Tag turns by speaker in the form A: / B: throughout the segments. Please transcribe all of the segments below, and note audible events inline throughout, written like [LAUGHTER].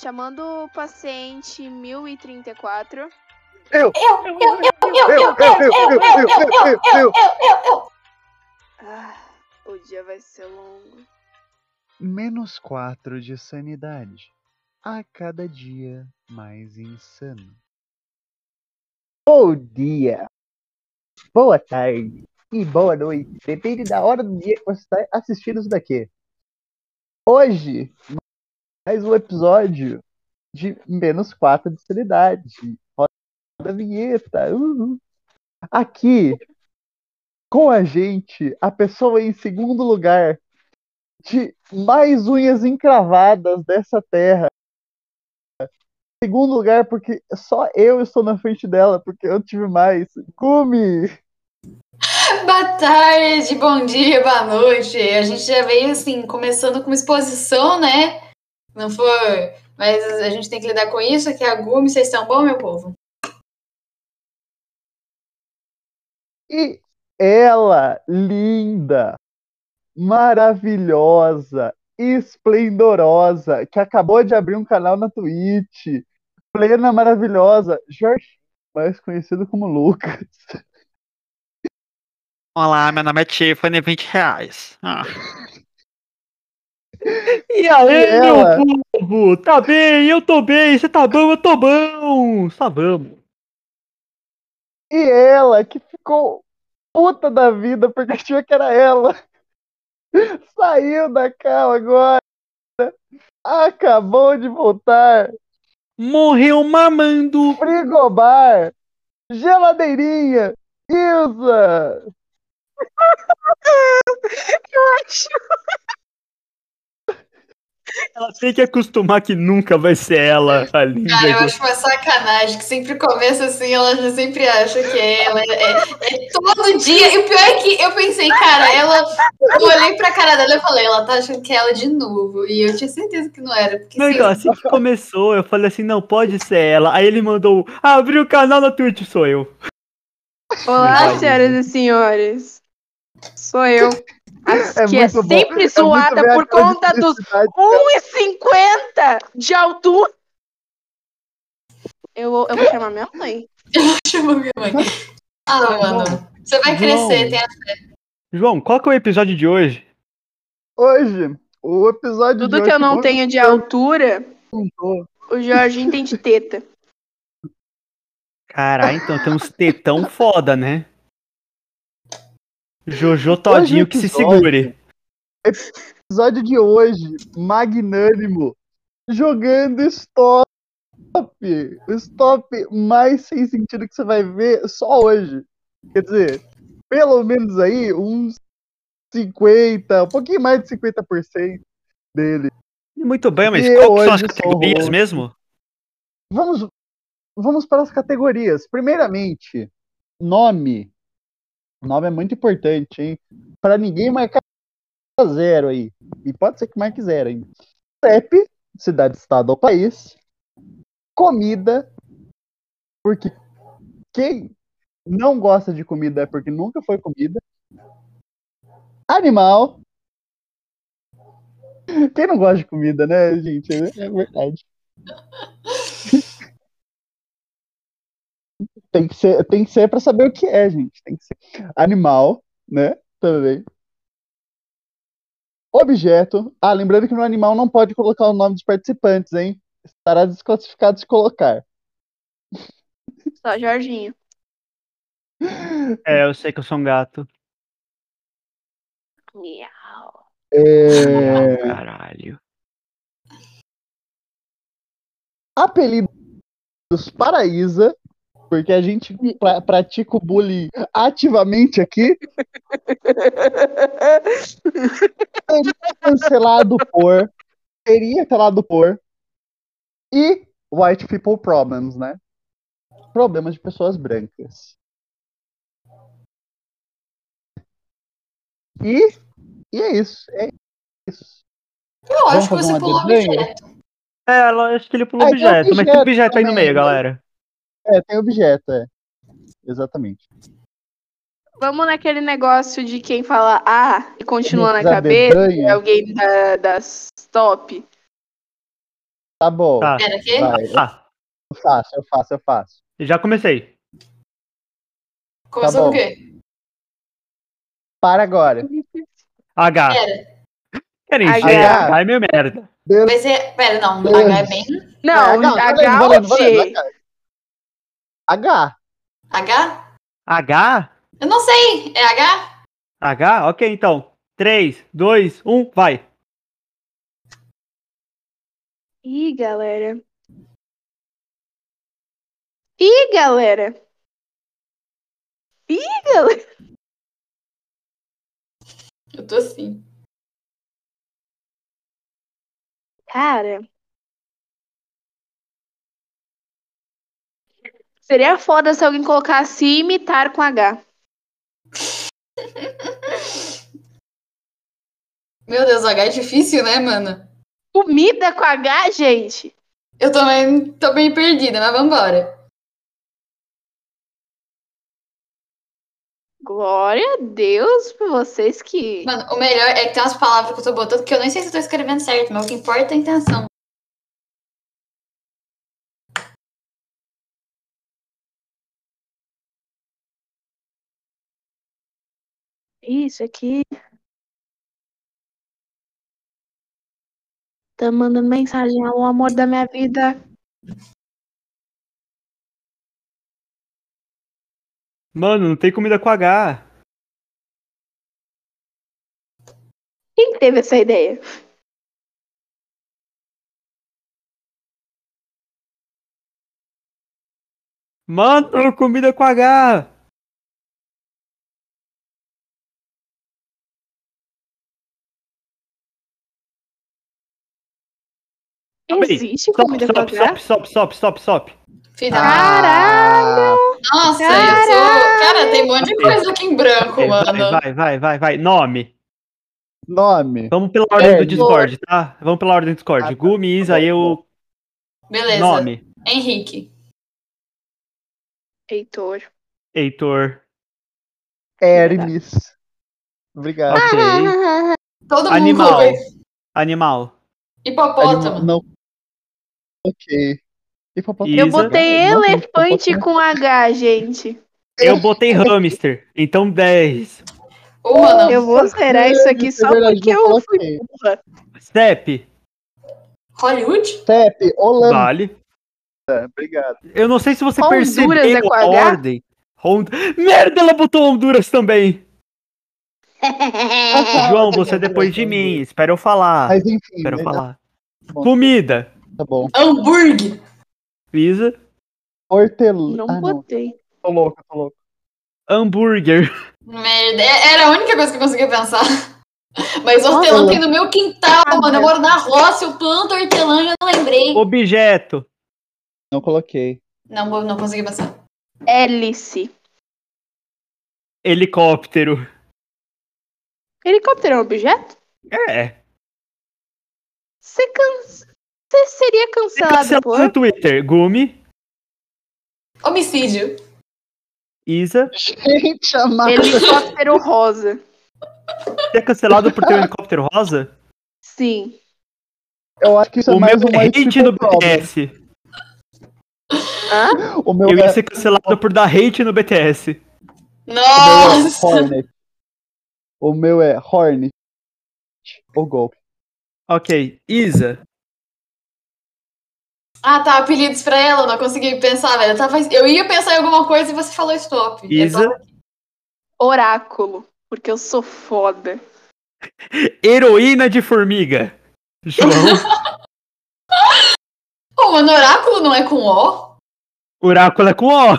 A: Chamando o paciente 1034.
B: Eu!
C: Eu, eu, eu, eu, eu, eu, eu, eu, eu, eu, eu, eu, eu.
A: Ah, o dia vai ser longo.
D: Menos 4 de sanidade. A cada dia mais insano.
E: Bom dia, boa tarde e boa noite. Depende da hora do dia que você está assistindo isso daqui. Hoje, mais um episódio de menos 4 de sanidade. Roda a vinheta. uhul. Aqui, com a gente, a pessoa em segundo lugar de mais unhas encravadas dessa terra. Segundo lugar, porque só eu estou na frente dela, porque eu tive mais. Gumi!
C: Boa tarde, bom dia, [LAUGHS] boa noite. A gente já veio assim, começando com uma exposição, né? Não foi. Mas a gente tem que lidar com isso, aqui é a Gumi, vocês estão bom, meu povo?
E: E ela, linda, maravilhosa, esplendorosa, que acabou de abrir um canal na Twitch, plena maravilhosa, Jorge, mais conhecido como Lucas.
F: Olá, meu nome é Tiffany, 20 reais. Ah.
D: E aí,
E: Ela.
D: meu povo? Tá bem, eu tô bem, você tá bom, eu tô bom. Tá bom.
E: E ela, que ficou puta da vida porque [LAUGHS] achou que era ela. Saiu da cal agora. Acabou de voltar.
D: Morreu mamando.
E: Frigobar. Geladeirinha. Ilza.
D: Ela tem que acostumar que nunca vai ser ela, a linda.
C: Cara, eu acho uma sacanagem que sempre começa assim, ela já sempre acha que é ela. É, é todo dia. E o pior é que eu pensei, cara, ela. Eu olhei pra cara dela e falei, ela tá achando que é ela de novo. E eu tinha certeza que não era. Porque
D: Não,
C: se-
D: então, assim que começou, eu falei assim, não, pode ser ela. Aí ele mandou, abri o canal na Twitch, sou eu.
A: Olá,
D: Verdade.
A: senhoras e senhores. Sou eu. A- que é
E: muito bom.
A: sempre
E: É muito
A: zoada
E: bem a
A: por
E: cara de
A: conta dos
E: felicidade.
A: 1,50 de altura. Eu, vou- eu vou chamar minha mãe.
C: Chama minha mãe. Ah, mano. Você vai
D: João.
C: crescer, tem a...
D: João, qual que é o episódio de hoje?
E: Hoje, o episódio de
A: Tudo que
E: hoje
A: eu não
E: não
A: tenho de altura,
E: contou.
A: o Jorginho tem de teta.
D: Caralho, então tem uns tetão foda, né? Jojo Todinho que se
E: episódio.
D: segure.
E: episódio de hoje, magnânimo, jogando stop. O stop mais sem sentido que você vai ver só hoje. Quer dizer, pelo menos aí uns 50, um pouquinho mais de 50% dele.
D: Muito bem, mas
E: E
D: qual que são as
E: hoje sou
D: categorias
E: host.
D: mesmo?
E: Vamos, vamos para as categorias. Primeiramente, nome. Nome é muito importante, hein? Para ninguém marcar zero aí. E pode ser que marque zero ainda. CEP, cidade, estado ou país. Comida, porque quem não gosta de comida é porque nunca foi comida. Animal. Quem não gosta de comida, né, gente? É verdade. Tem que ser, tem que ser para saber o que é, gente. Tem que ser animal, né? Também. Objeto. Ah, lembrando que no animal não pode colocar o nome dos participantes, hein? Estará desclassificado se colocar.
A: Só Jorginho.
D: É, eu sei que eu sou um gato.
A: Miau.
D: [LAUGHS]
E: É...
D: Caralho.
E: Apelidos para Isa, porque a gente pra- pratica o bullying ativamente
A: [LAUGHS]
E: aqui. Cancelado por. Seria calado por. E White People Problems, né? Problemas de pessoas brancas. E, e é isso. É isso.
C: Eu
E: Vamos
C: acho que
E: fazer
C: você
E: uma
C: pulou o
E: dedanha?
C: objeto.
D: É, ela- acho que ele pulou
E: Ah,
D: o
E: tem
D: objeto, mas tem
E: objeto
D: objeto aí no
E: também, né?
D: meio, galera.
E: É, tem objeto, é. Exatamente.
A: Vamos naquele negócio de quem fala ah e continua na
E: Dedanha.
A: cabeça. É o game da- das top.
E: Tá bom.
D: Tá.
C: Pera, que?
E: Vai, eu
D: Ah,
E: faço, eu faço, eu faço.
D: já comecei.
C: Começou
E: bom.
C: com o quê?
E: Para agora.
D: H.
C: Pera.
D: Querem
A: H.
D: encher H é meu merda.
C: Vai ser. Pera, não.
E: Deus.
C: H é bem.
A: Não, H ou G?
E: H.
C: H?
D: H?
C: Eu não sei. É H?
D: H? Ok, então. 3, 2, 1, vai.
A: Ih, galera. Ih, galera. Ih, galera.
C: Eu tô assim.
A: Cara. Seria foda se alguém colocasse imitar com H.
C: Meu Deus, H é difícil, né, mano?
A: Comida com H, gente.
C: Eu também tô bem perdida, mas vambora.
A: Glória a Deus por vocês que.
C: Mano, o melhor é que tem umas palavras que eu tô botando que eu nem sei se eu tô escrevendo certo, mas o que importa é a intenção.
A: Isso aqui. Tá mandando mensagem ao amor da minha vida.
D: Mano, não tem comida com H.
A: Quem teve essa ideia?
D: Mano, comida com H. Calma aí.
A: Existe
D: Stop,
A: comida com
D: stop,
A: H?
D: stop, stop, stop, stop, stop.
C: Filha.
D: Ah,
A: Caralho!
C: Nossa, eu sou. Cara, tem um monte de coisa aqui em branco,
D: Ok,
C: mano.
D: Vai, vai, vai, vai. Nome.
E: Nome.
D: Vamos pela ordem
E: É,
D: do Discord, tá? Vamos pela ordem do Discord.
E: Ah, tá.
D: Gumi, Isa,
E: Tá bom.
D: eu.
C: Beleza.
D: Nome.
C: Henrique.
A: Heitor.
D: Heitor.
E: Hermes. Obrigado.
D: Ok.
C: Todo
D: Animal.
C: mundo cover.
D: Animal.
A: Ah,
E: Anima-
C: Hipopótamo.
E: Não. Ok. Hipopótamo.
A: Eu
D: Isa.
A: botei
E: Não, tem
A: elefante
E: hipopótamo.
A: com H, gente.
D: Eu botei hamster. Então 10.
C: Ô, mano.
A: Eu vou zerar isso aqui só
E: É verdade,
A: porque
E: não
A: eu fui
E: coloquei.
A: burra.
D: Step.
C: Hollywood?
E: Step, Holanda.
D: Vale.
E: Obrigado.
D: Eu não sei se você
A: Honduras
D: percebeu
A: é com
D: a
A: H?
D: ordem. Hond... Merda, ela botou Honduras também. João, você é depois de mim. Espera eu falar.
E: Mas enfim,
D: Espera
E: né,
D: eu falar.
E: bom.
D: Comida.
E: tá bom.
C: Hamburg.
D: Isa.
A: [LAUGHS]
E: Hortelã.
A: Não
E: Ah, não.
A: botei.
E: Tô louco, tô louco.
D: Hambúrguer.
C: Merda. É- Era a única coisa que eu conseguia pensar. [LAUGHS] Mas hortelã
E: Nossa,
C: tem no meu quintal,
A: Ah,
C: mano. Eu
A: meu.
C: moro na roça, eu planto hortelã e eu não lembrei.
D: Objeto.
E: Não coloquei.
C: Não, vou- não consegui pensar.
A: Hélice.
D: Helicóptero.
A: Helicóptero é um objeto?
D: É.
A: Você can- você seria cancelado
D: Cancela no
A: por?
D: Twitter. Gumi.
C: Homicídio.
D: Isa.
E: Gente, amado.
A: Helicóptero rosa.
D: Você é cancelado por ter um helicóptero rosa?
A: Sim.
E: Eu acho que isso é
D: o meu
E: mais um
D: é hate no
E: tipo problem.
D: BTS.
A: Hã?
E: O meu
D: Eu ia
E: é
D: ser cancelado por dar hate no BTS.
E: o meu é
C: Nossa.
E: Hornet. O meu é Hornet. O golpe.
D: Ok. Isa.
C: Ah, tá. Apelidos pra ela, eu não consegui pensar, velho. Eu, tava- eu ia pensar em alguma coisa e você falou stop. É Eu
D: Isa.
C: tava-
A: Oráculo. Porque eu sou foda.
D: Heroína de formiga. João.
C: Pô, mano, oráculo não é com O?
D: Oráculo é com O.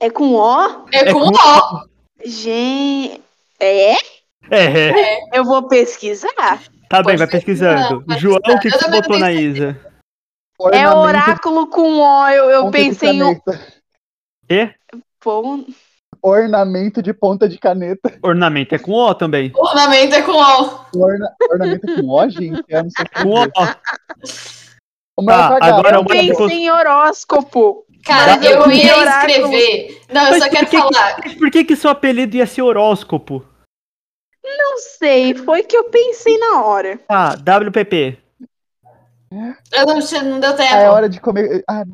A: É com O?
C: É,
D: É
C: com,
D: com
C: O.
A: Gente. É?
D: É.
A: Eu vou pesquisar.
D: Tá
C: Pode
D: bem, vai
C: ser.
D: pesquisando.
C: Vai
D: João, o que, que
C: pesquisar.
D: você
C: Eu também
D: botou
C: não
D: na Isa?
A: É
E: Ornamento
A: oráculo com O. Eu, eu
E: de ponta de
D: tá
A: pensei em um.
E: caneta.
A: Pô,
E: Ornamento de ponta de caneta.
D: Ornamento é com O também.
C: Ornamento é com O.
E: Orna- Ornamento com ó, gente. Eu não sei o que
D: Com O.
E: dizer. O meu é
D: Tá,
E: com H,
D: agora
E: né?
D: o mais
E: Meu
A: Pensei em horóscopo.
C: Cara,
D: Dá-
C: eu
A: eu
C: ia
A: vi oráculo.
C: escrever. Não, eu
D: Mas
C: só
D: por
C: quero
D: que que-
C: falar.
D: Por que que seu apelido ia ser horóscopo? Tá,
A: Não sei, foi que eu pensei na hora.
D: Ah, WPP.
C: Eu não, che- não deu
E: Ah, é
C: tempo.
E: hora de comer. Ah,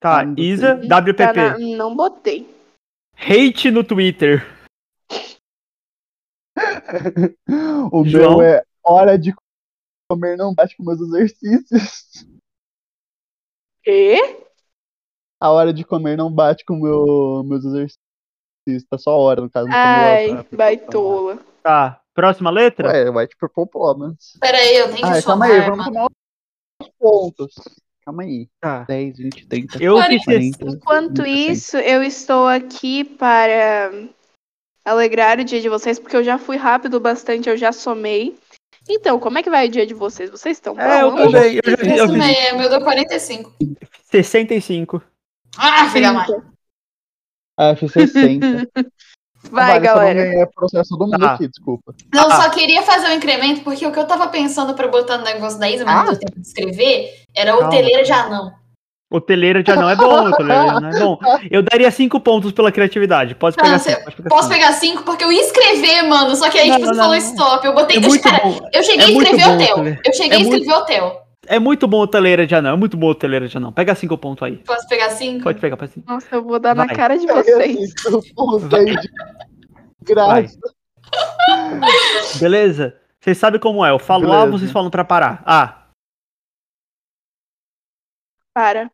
D: Tá,
E: Hum,
D: Isa,
A: Tá
D: WPP.
A: na- Não botei.
D: Hate no Twitter.
E: o
D: João?
E: meu é hora de comer não bate com meus exercícios.
A: Quê?
E: A hora de comer não bate com meu, meus exercícios. Tá só a hora, no caso. não
A: Ai,
E: comeu a-
A: baitola.
D: Tá, próxima letra?
E: Ué, É, vai te performance.
C: Pera aí, eu tenho que
E: Ah, calma
C: somar,
E: aí, vamos
C: mano.
E: tomar os pontos. Calma aí.
D: Tá.
E: 10, 20, 30,
D: Eu fiz
E: 40.
A: Enquanto
E: 50.
A: isso, eu estou aqui para alegrar o dia de vocês, porque eu já fui rápido bastante, eu já somei. Então, como é que vai o dia de vocês? Vocês estão
D: É, eu
A: prontos?
D: também. Eu já
C: Eu
D: fiz, eu fiz
C: sumei, meu deu 45.
D: 65.
C: Ah, filha da mãe.
E: Ah, fiz
A: [LAUGHS]
E: 60.
A: Vai,
E: Vale, só Não
A: galera.
E: ganhei processo do mundo
D: Tá.
E: aqui, desculpa.
C: Não,
D: Ah.
C: só queria fazer um incremento, porque o que eu tava pensando pra botar no negócio da Isa, mas não deu tempo de escrever, era
D: Calma. Assim.
C: hoteleira de anão.
D: Hoteleira já não é bom,
C: [LAUGHS]
D: hoteleira já não é bom. Eu daria 5 pontos pela criatividade. Pode
C: Não,
D: pegar
C: você-
D: 5. Pode pegar assim.
C: Posso
D: cinco.
C: pegar cinco? Porque eu ia escrever, mano. Só que aí,
D: Não,
C: tipo,
D: não,
C: você
D: não,
C: falou
D: não.
C: stop. Eu botei.
D: É muito
C: cara,
D: bom.
C: eu cheguei
D: é
C: a
D: muito
C: escrever
D: bom,
C: hotel.
D: hoteleiro.
C: Eu cheguei
D: É
C: a
D: muito-
C: escrever hotel.
D: É muito bom hoteleira de anão, é muito bom hoteleira de anão. Pega cinco pontos aí.
C: Posso pegar cinco?
D: Pode pegar, pode sim.
A: Nossa, eu vou dar na
D: Vai.
A: cara de vocês.
E: assim, Usei de graça.
D: Beleza? Vocês sabem como é. Eu falo A,
E: Beleza.
D: vocês falam pra parar. A,
A: Para.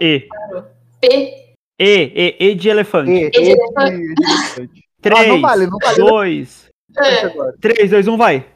D: E.
C: P.
D: E, E, E de elefante.
E: E-
C: Ele-
E: ele- ele-
D: Três,
E: Ah, não vale, não vale.
D: dois,
C: É.
E: agora.
D: três, dois, um, vai.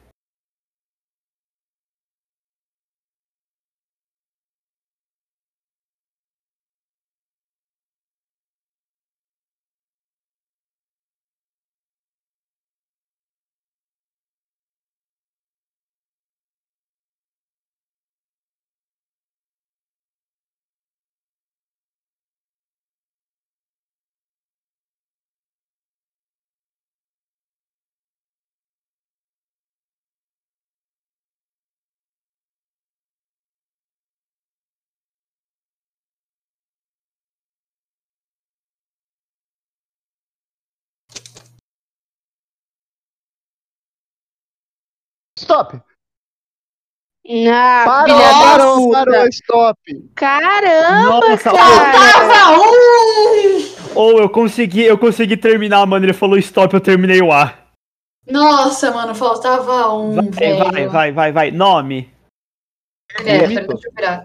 E: Stop!
A: Ah,
E: Parou,
A: filha da
E: parou,
A: puta.
E: parou, stop!
A: Caramba,
D: Nossa,
A: cara.
C: Tava um!
D: ou, ou eu consegui, eu consegui terminar, mano. Ele falou stop, eu terminei o A.
C: Nossa, mano, faltava um.
D: Vai,
C: velho.
D: vai, vai, vai, vai. Nome.
C: Pera,
E: Bonito.
C: pera, deixa eu virar.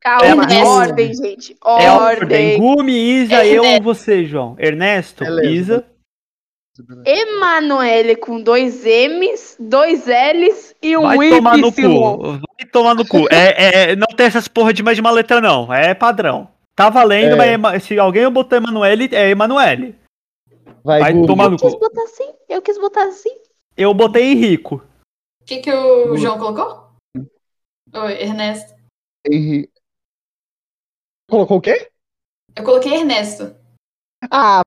A: Calma,
C: É, mas-
A: ordem, gente.
D: É
A: Ordem.
D: Gumi, Isa, eu ou
C: Ernesto.
D: você, João? Ernesto,
E: Beleza.
D: Isa.
A: Emanuele com dois M's, dois L's e um
D: Vai
A: Y.
D: tomar no cu. Vai tomar no cu. É, é, não tem essas porra de mais de uma letra, não. É padrão. Tá valendo,
E: É.
D: mas Ema- se alguém botar Emanuele, é Emanuele.
E: Vai,
D: Vai
E: Guga.
D: tomar no
A: Eu quis
D: cu.
A: botar assim, eu quis botar assim.
D: Eu botei Henrico.
C: O que, que o João colocou? Oi, Ernesto.
E: Henri- Colocou o quê?
C: Eu coloquei Ernesto.
E: Ah,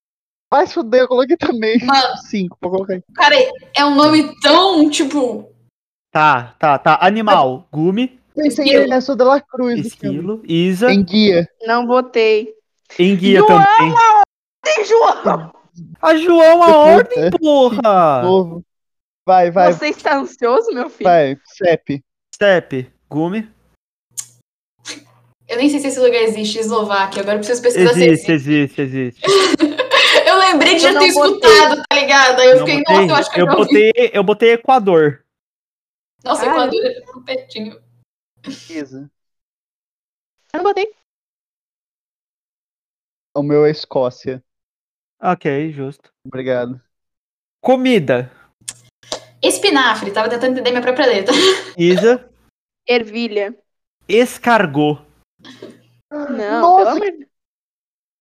E: vai se fuder, eu coloquei também.
C: Mano.
E: Cinco, pra colocar aí.
C: Cara, é um nome tão, tipo.
D: Tá, tá, tá. Animal, Gumi,
E: Pensei em
C: Esquilo.
E: Ernesto de la Cruz.
D: Esquilo, Isa,
E: é Em guia.
A: Não botei.
D: Enguia
A: João!
D: também.
A: Tem João!
D: A João, a
E: Puta,
D: ordem, porra!
E: Novo. Vai, vai,
A: Você está ansioso, meu filho?
E: vai. Sepp.
D: Step, Gumi.
C: Eu nem sei se esse lugar existe, Eslováquia. Agora eu preciso pesquisar se
D: Existe, existe, existe.
C: Eu lembrei de
A: Eu
C: já
A: não
C: ter
A: botei.
C: escutado, tá ligado? Aí eu
D: Não
C: fiquei,
D: botei?
C: nossa, eu acho que eu,
D: eu
C: já ouvi.
D: botei, eu botei Equador.
C: Nossa,
A: Ah,
C: quando eu tava pertinho.
E: Isa.
A: Eu não botei.
E: O meu é Escócia.
D: Ok, justo.
E: Obrigado.
D: Comida,
C: Espinafre, tava tentando entender minha própria letra.
D: Isa.
A: Ervilha.
D: Escargot.
A: Não, pelo
E: Nossa,
A: amor de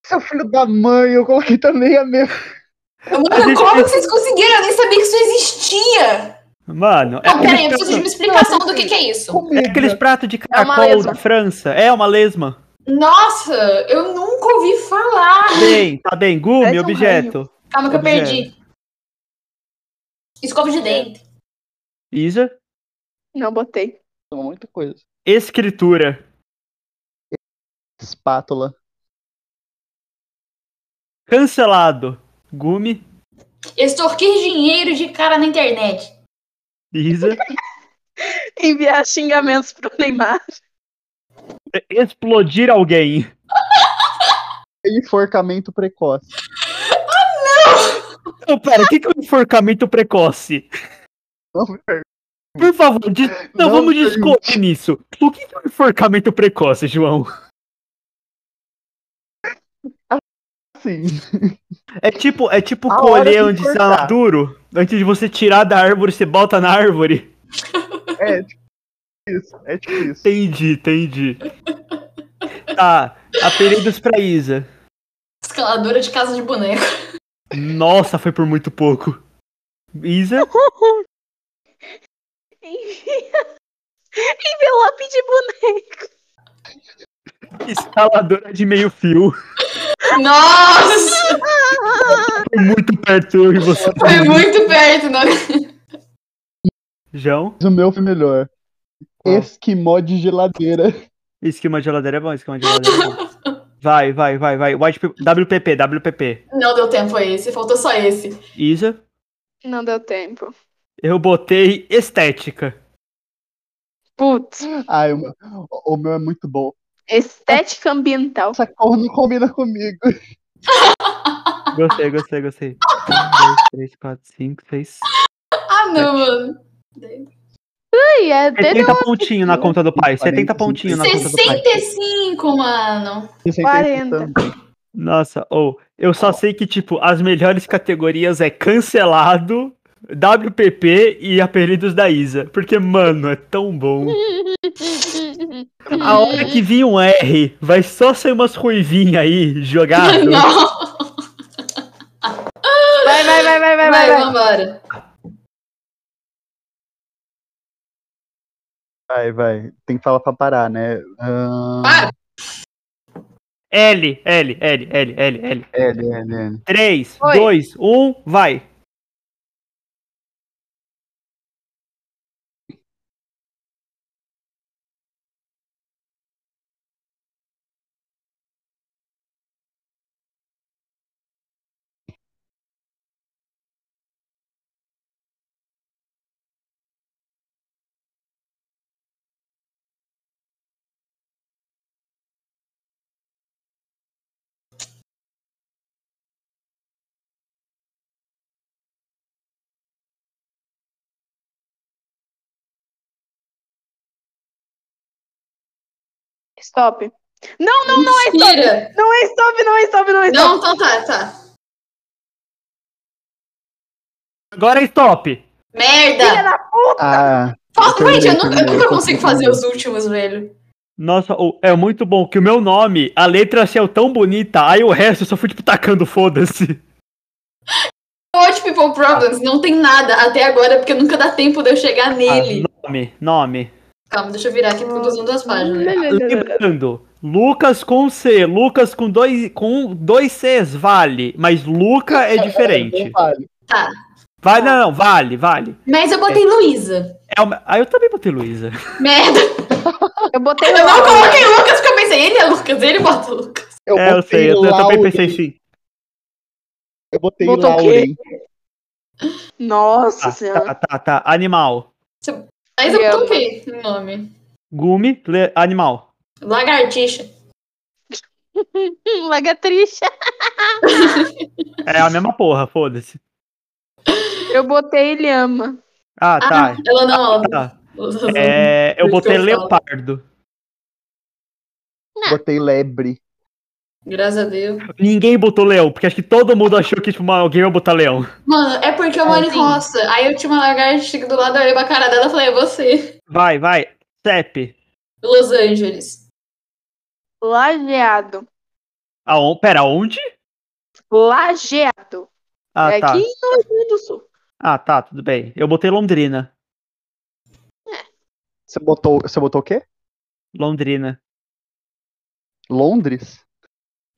E: seu filho da mãe, eu coloquei também a minha.
C: Mano, como que vocês conseguiram? Eu nem sabia que isso existia.
D: Mano, é
C: Não, peraí,
D: aqueles,
C: eu preciso de
D: pratos,
C: uma explicação do que, que é isso.
E: Comida.
D: é aqueles pratos de
A: É uma
D: caracol
A: lesma.
D: da França. É uma lesma.
C: Nossa, eu nunca ouvi falar.
D: Bem, tá bem. Gume,
A: Parece um
D: objeto.
C: Calma que eu
D: Objeto.
C: perdi. Escova de dente.
D: Isa.
A: Não botei.
E: São muita coisa.
D: Escritura.
E: Espátula.
D: Cancelado. Gume,
C: Extorquir dinheiro de cara na internet.
D: Isa.
A: enviar xingamentos pro Neymar.
D: Explodir alguém.
E: Enforcamento precoce.
D: Não, pera, o que que é um enforcamento precoce? Por favor, de- não,
E: Não,
D: vamos
E: gente.
D: discutir nisso. O que que é um enforcamento precoce, João?
E: Assim,
D: É tipo, é tipo
E: A hora de
D: colher onde está
E: cortar.
D: maduro. Antes de você tirar da árvore, você bota na árvore.
E: é tipo isso. É tipo isso.
D: Entendi,
E: [LAUGHS]
D: entendi. Tá, apelidos pra Isa.
C: Escaladora de casa de [LAUGHS] boneco.
D: Nossa, foi por muito pouco. Isa,
A: Envia. [LAUGHS] Envelope de boneco.
D: instaladora de meio fio.
C: Nossa!
D: Foi muito perto de você.
C: Foi muito perto, não.
D: João,
E: Mas o meu foi melhor.
D: Qual?
E: Esquimó de geladeira.
D: esquema de geladeira é bom, esquema de geladeira é bom. Vai, vai, vai, vai. White pe- WPP, WPP.
C: Não deu tempo a esse, faltou só esse.
D: Isa,
A: Não deu tempo.
D: eu botei estética.
A: Putz,
E: Ai, o meu, o meu é muito bom.
A: estética ambiental.
E: Essa cor não combina comigo.
D: Gostei, gostei, gostei. 1, 2, 3, 4, 5, 6.
C: Ah,
D: É.
C: não, mano.
A: Aí, é dele
D: 70 pontinhos na conta do pai. 70 pontinhos na conta do pai.
C: 65, mano.
E: Isso aí tá
A: 40.
E: escutando.
D: Nossa, ou eu só sei que, tipo, as melhores categorias é cancelado, WPP e apelidos da Isa. Porque, mano, é tão bom. A hora que vir um R, vai só sair umas ruivinhas
C: [LAUGHS]
D: aí, jogado.
C: Não,
A: Vai, vai, vai, vai, vai, vai.
C: vai,
A: vai.
C: vambora.
E: Vai, vai. Tem que falar pra parar, né? Ahn,
C: Para.
D: L, L, L, L, L, L.
E: L, L, L.
D: 3,
A: Oi.
D: 2, 1, vai.
A: Stop. Não, não, não é stop.
C: Tira.
A: Não é stop, não é stop, não é stop.
C: Não, então tá, tá.
D: Agora é stop.
A: Filha
C: Merda.
A: da
E: Ah,
C: Falta,
E: Eu
C: gente,
E: terminei
C: eu nunca, eu
E: primeiro,
C: nunca
E: eu continuo.
C: consigo fazer os últimos, velho.
D: Nossa, ou- é muito bom que o meu nome, a letra céu tão bonita, aí o resto eu só fui, tipo, tacando, foda-se.
C: What People Problems não tem nada até agora, porque nunca dá tempo de eu chegar nele.
D: Ah, nome, nome.
C: Calma, deixa eu virar aqui porque eu tô usando duas páginas. né?
D: Lembrando, Lucas com C, Lucas com dois, com dois Cs vale, mas Luca é diferente.
E: vale.
D: Vale, não, não, vale, vale.
C: Mas eu botei Luísa.
D: É uma... Ah, eu também botei Luísa.
C: Merda.
A: Eu botei
C: Eu não
A: Laura.
C: coloquei Lucas porque eu pensei, ele é Lucas, ele bota Lucas.
E: Eu
D: É, eu sei, eu, eu também
E: Lauren,
D: pensei assim, tá, sim.
E: Eu botei
A: Botou o quê?
E: Lauren.
A: Nossa
D: Tá,
A: senhora.
D: tá, tá, tá, animal.
C: Mas eu
A: Ele ama.
C: coloquei o nome.
D: Gumi, le- animal.
C: Lagartixa.
A: Hum, Lagartixa.
D: É a mesma porra, foda-se.
A: Eu botei ele ama.
D: Ah,
C: Ah,
D: tá.
C: ela não, ela
D: tá.
C: não.
D: É,
C: Por isso que
D: eu botei
C: eu falo.
D: leopardo.
E: Botei lebre.
C: Graças a [LAUGHS] Deus.
D: Ninguém botou leão, porque acho que todo mundo achou que tipo, uma- alguém ia botar leão.
C: Mano, é porque eu moro em roça. Aí eu tinha uma lagartixa do lado, eu olhei pra cara dela e falei, é você.
D: Vai, vai. Cep.
C: Los Angeles.
A: Lajeado.
D: Aon... Pera, onde?
A: Lajeado.
D: Ah,
A: é
D: tá.
A: aqui no Rio Grande do Sul.
D: Ah, tá, tudo bem. Eu botei Londrina.
E: Você botou, você botou o quê?
D: Londrina.
E: Londres?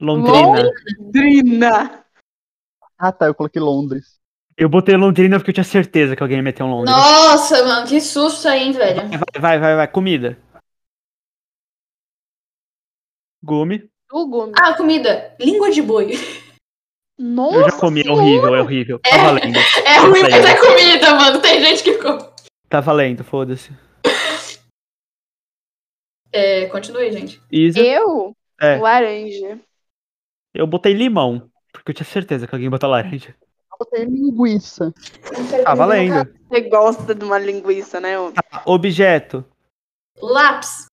D: Londrina.
A: Drina.
E: Ah, tá, eu coloquei Londres.
D: Eu botei Londrina porque eu tinha certeza que alguém ia meter um Londres.
C: Nossa, mano, que susto aí, velho.
D: Vai, vai, vai, vai. Comida. Gume.
A: Do Gomes.
C: Ah, comida. Língua de boi.
A: Nossa.
D: Eu já comi, é
A: Senhora.
D: horrível, é horrível. Tá
C: [LAUGHS] É.
D: valendo.
C: É ruim,
D: Isso aí.
C: mas é comida, mano. Tem gente que come.
D: Tá valendo, foda-se.
C: É, continue, gente.
D: Isa,
A: Eu?
D: É.
A: Laranja.
D: eu botei limão. Porque eu tinha certeza que alguém botou laranja.
E: Botei linguiça.
D: Tá valendo.
A: Você gosta de uma linguiça, né? homem?
D: Objeto.
C: Lápis.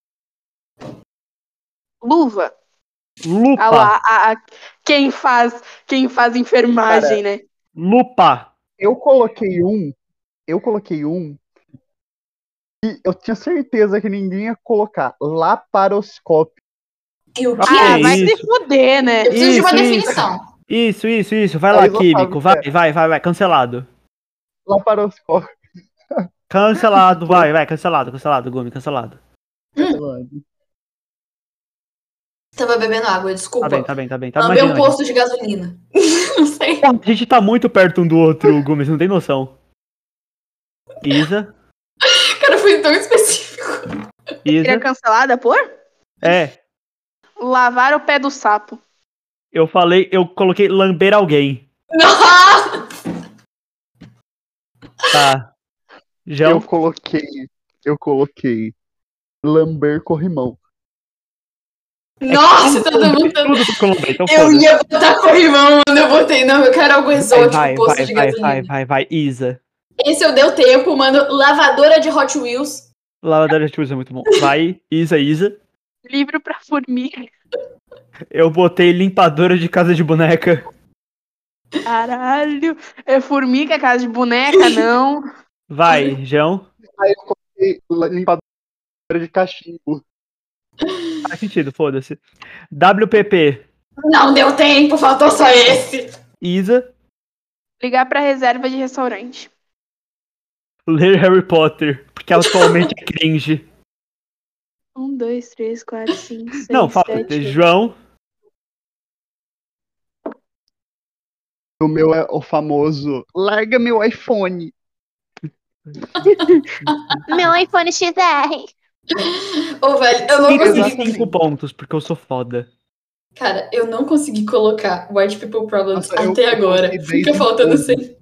A: Luva. Ah
D: Lupa.
A: lá, a- a- quem faz, quem faz enfermagem, né?
D: Lupa.
E: Eu coloquei um. Eu coloquei um. E eu tinha certeza que ninguém ia colocar. Laparoscópio.
C: E o
D: Ah,
C: que
A: ah,
D: é
A: vai
D: isso?
A: se fuder, né?
C: Eu preciso de uma
D: Isso, isso.
C: definição.
D: Isso, isso, isso. Vai
E: Aí,
D: lá,
E: Otávio,
D: químico. Vai,
E: é.
D: vai, vai, vai. Cancelado. [LAUGHS]
E: Laparoscópio.
D: Cancelado, vai, vai. Cancelado, cancelado, Gumi, cancelado.
C: Tava bebendo água,
D: Tá
C: desculpa.
D: bem, tá bem, tá bem. Tá
C: Também um
D: imaginando.
C: posto de gasolina. [LAUGHS] Não sei.
D: A gente tá muito perto um do outro, Gumi, você não tem noção. Isa,
C: Cara, foi tão específico. [LAUGHS]
A: Seria
D: Isa.
A: cancelada por?
D: É,
A: Lavar o pé do sapo.
D: eu falei, eu coloquei lamber alguém.
C: Nossa!
D: Tá. Já
C: [LAUGHS]
D: um
E: Eu coloquei. Eu coloquei. Lamber corrimão.
C: É Nossa, todo mundo. tá-
D: tudo que eu lembrei, então
C: Eu
D: foda-se.
C: ia botar corrimão, mano. Eu botei. Não, eu quero algo exótico,
D: Vai,
C: posto
D: vai,
C: de
D: vai,
C: gasolina.
D: vai, vai, vai, Isa.
C: assim. Esse eu deu tempo, mano. Lavadora de Hot Wheels.
D: Lavadora de Tools é muito bom. Vai, Isa, Isa.
A: Livro pra formiga.
D: Eu botei limpadora de casa de boneca.
A: Caralho. É formiga, casa de
E: [LAUGHS]
A: boneca, não.
D: Vai, João.
E: Aí eu coloquei la- limpadora de cachimbo.
D: Faz sentido, foda-se. WPP,
C: Não deu tempo, faltou só esse.
D: Isa.
A: Ligar pra reserva de restaurante.
D: Ler Harry Potter, porque
C: [LAUGHS]
D: atualmente é cringe.
A: Um, dois, três, quatro, cinco, seis,
D: Não, fala.
A: sete, oito.
D: João,
E: O meu é o famoso. Larga meu iPhone.
B: Meu iPhone XR.
C: Ô, velho, eu não consegui.
D: 35 pontos, porque eu sou foda.
C: Cara, eu não consegui colocar White People Problems
E: Nossa, eu-
C: até agora.
E: eu-
C: Fica faltando
E: eu-
C: sem.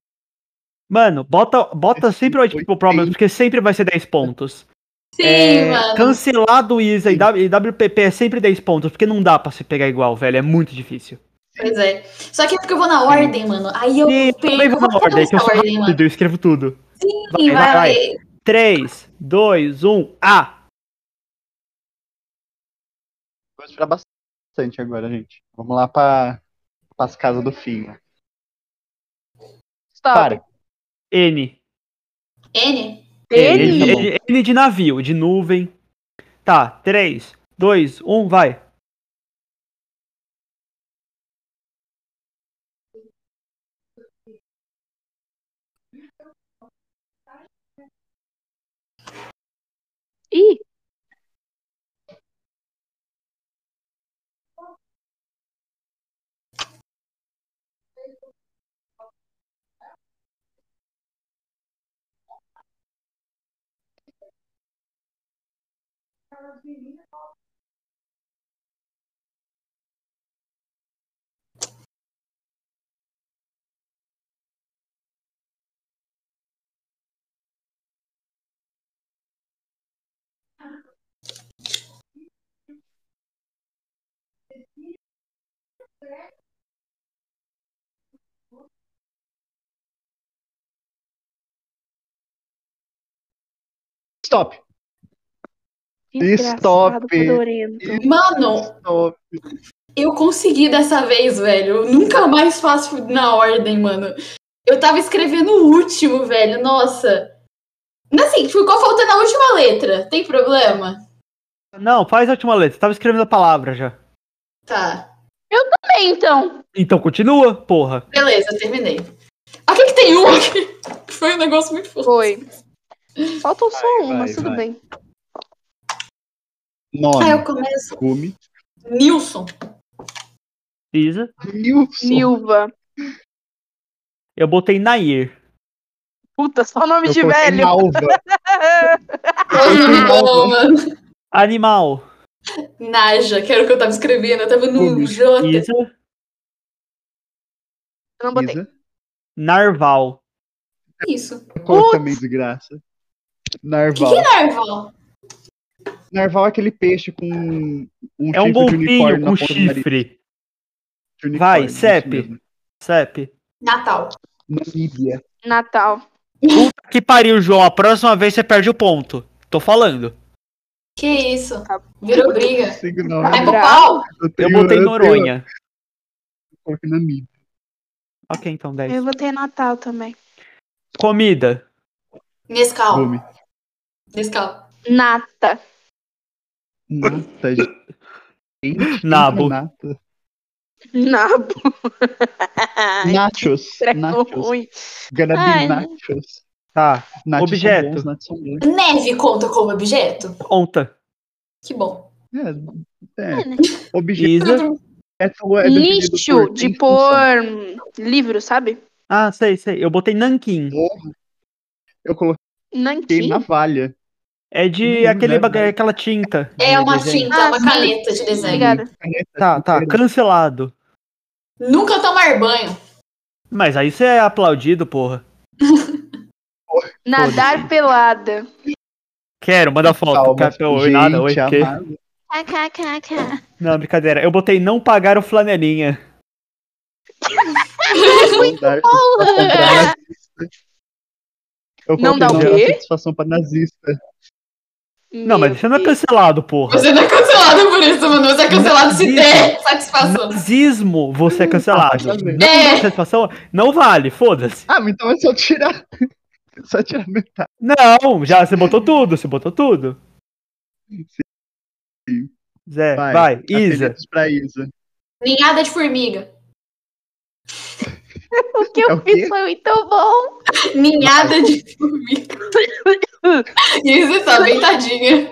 D: Mano, bota, bota sempre o White
E: Foi
D: People Problems,
E: bem.
D: porque sempre vai ser 10 pontos.
C: Sim,
D: É,
C: mano.
D: cancelado Isa e W- e WPP é sempre 10 pontos, porque não dá pra se pegar igual, velho. É muito difícil.
C: Pois é. Só que é porque eu vou na ordem, mano. Aí eu
D: E também
C: pego.
D: vou na
C: Vamos
D: ordem, que
C: nessa
D: eu sou
C: ordem, mano.
D: rápido, eu escrevo tudo.
C: Sim, vai, vai.
D: 3, 2, 1, A!
E: Vou tirar bastante agora, gente. Vamos lá para as casas do fim.
A: Stop.
E: Para.
D: N.
C: N?
A: Ele?
E: Ele?
D: N, N de navio, de nuvem. Tá, 3, 2, 1, vai.
A: Ih,
E: Stop.
A: desgraçado,
E: Stop.
A: fedorento.
C: Mano,
E: Stop.
C: eu consegui dessa vez, velho. Eu nunca mais faço na ordem, mano. Eu tava escrevendo o último, velho. Nossa. Não, Assim, ficou faltando a última letra. Tem problema?
D: Não, faz a última letra, tava escrevendo a palavra já.
C: Tá.
A: Bem, então.
D: Então continua, porra.
C: Beleza, terminei. Aqui que tem um aqui. [LAUGHS] Foi um negócio muito fofo.
A: Foi. Faltou só
E: Vai,
A: uma,
E: vai,
A: mas tudo
E: vai.
A: bem.
C: Ah,
E: Nome.
C: eu começo.
E: Gume.
C: Nilson.
D: Isa.
E: Nilson.
A: Nilva.
D: Eu botei Nair.
A: Puta, só nome
E: Eu
A: de
E: coloquei
A: velho.
C: [LAUGHS]
E: Malva.
C: Não, mano.
D: Animal.
C: Naja, que era o que eu tava escrevendo. Eu tava no
E: Gumi.
C: J.
D: Isa.
A: Eu não botei.
E: Isa.
D: Narval.
C: Isso.
E: Eu coloquei também de graça.
C: O que,
E: Narval.
C: que é narval?
E: narval é aquele peixe com um
D: É um
E: chifre de unicórnio na
D: golfinho com
E: ponta do nariz,
D: chifre.
E: de unicórnio,
D: Vai,
E: isso
D: Sepp.
E: mesmo.
D: Sepp.
C: Natal.
E: Namíbia.
A: Natal.
F: Que pariu, João. A próxima vez você perde o ponto. Tô falando.
C: Que isso? Virou
E: Não
C: briga.
E: consigo, não.
C: Vai pro
A: Bravo.
C: pau.
E: Eu,
D: Eu
E: tenho-
D: botei
E: eu
D: Noronha.
E: tenho- coloquei Namíbia.
D: Ok, então 10.
A: Eu botei Natal também.
D: Comida.
C: Nescau.
E: Nome.
C: Nescau.
A: Nata.
E: Nata, gente.
D: Nabo.
E: Nata. [LAUGHS]
A: Nabo.
E: Nachos.
A: Dragão
E: Nachos.
A: ruim.
E: Gonna be
A: Ai.
E: nachos.
D: Tá.
E: Nachos
D: Objeto.
E: são bons, nachos são bons.
C: Neve conta como objeto?
D: Conta.
C: Que bom.
E: É, é.
B: né?
E: Objeto
D: Isa.
E: é definido
A: Lixo
E: por-
A: de
E: tem
A: pôr
E: função.
A: hum, livro, sabe?
D: Ah, sei, sei. Eu botei Nanquim.
E: Eu coloquei
A: Nanquim.
E: navalha.
D: É de
E: Hum,
D: aquele
E: né,
D: baga-
E: velho?
D: aquela tinta.
E: tipo
C: É
D: de
C: uma
D: um desenho.
C: tinta,
A: Ah,
C: uma
A: sim.
C: caneta de desenho.
A: Obrigada.
D: Tá, tá. Cancelado.
C: Nunca tomar banho.
D: Mas aí você é aplaudido, porra.
A: Nadar pelada.
D: Quero, manda foto.
E: Calma,
D: Capel, oi, nada, oi.
E: gente
D: que-
E: amada.
B: KKKK.
D: Não, brincadeira. Eu botei não pagar o flanelinha.
E: Não dá satisfação pra nazista. Eu
A: Não
E: coloquei
A: dá o quê?
E: dá satisfação pra nazista.
D: Não, mas você não é cancelado, porra.
C: Você não é cancelado por isso, mano. Você é cancelado se der satisfação.
D: Nazismo, você é cancelado.
E: Ah, também.
D: Não
C: É.
D: dá satisfação? Não vale, foda-se.
E: Ah, mas então é só tirar. [LAUGHS] Só tirar metade.
D: Não, já você botou tudo, você botou tudo. Zé, É, vai, Isa.
E: Apelidos Pra Isa.
C: Ninhada de formiga.
A: O que eu
E: É o quê?
A: fiz foi muito bom.
C: Ninhada de formiga. Isso tá bem tadinha.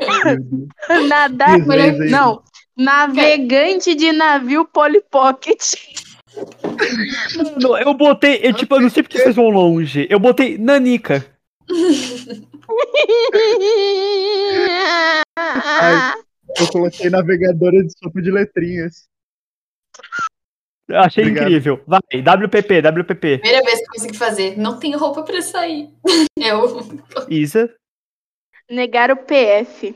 A: Nadar.
E: Isso, isso, isso.
A: Não. Navegante de navio polipocket.
D: Não, eu botei, eu tipo, eu não sei porque vocês vão longe. Eu botei Nanica.
E: Ai, eu coloquei navegadora de sopa de letrinhas.
D: Eu Achei
E: Obrigado.
D: incrível. Vai, WPP, WPP.
C: Primeira vez que eu consegui fazer. Não tenho roupa pra sair. Eu.
D: Isa.
A: Negar o PF.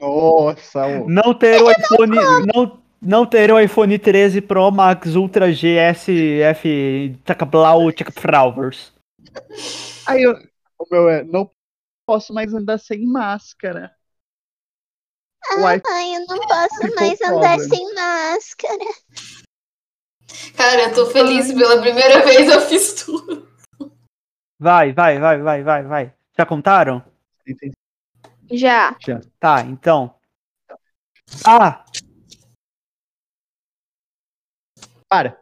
E: Nossa, ó.
D: Não ter o iPhone, não, não ter o iPhone 13 Pro Max Ultra GS F Tacablau Tacafrauvers.
E: Aí eu, o meu é, não posso mais andar sem máscara. O iPhone
B: Ai, eu não Ah, posso
E: Ficou
B: mais andar
E: pobre.
B: sem máscara.
C: Cara, eu tô feliz. Pela primeira vez eu fiz tudo.
D: Vai, vai, vai, vai, vai, vai. Já contaram?
E: né? tem
A: Já.
D: Tá, então. Ah,
E: Para.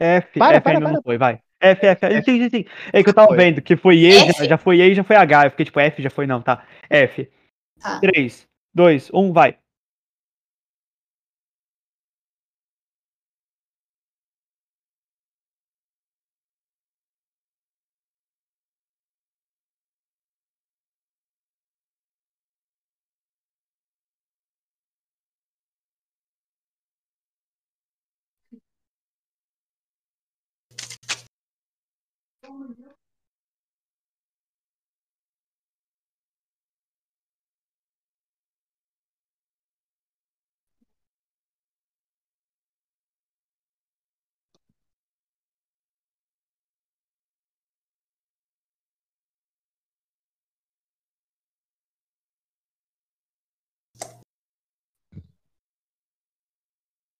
D: F,
E: Para,
D: F
E: para,
D: ainda
E: para.
D: não foi, vai. F, F, F. Sim, sim, sim. É que eu tava
E: Foi.
D: vendo que foi E,
C: F?
D: já, já foi E, já foi H. Eu fiquei tipo, F já foi, não, tá. F.
C: Tá.
D: 3, 2, 1, vai.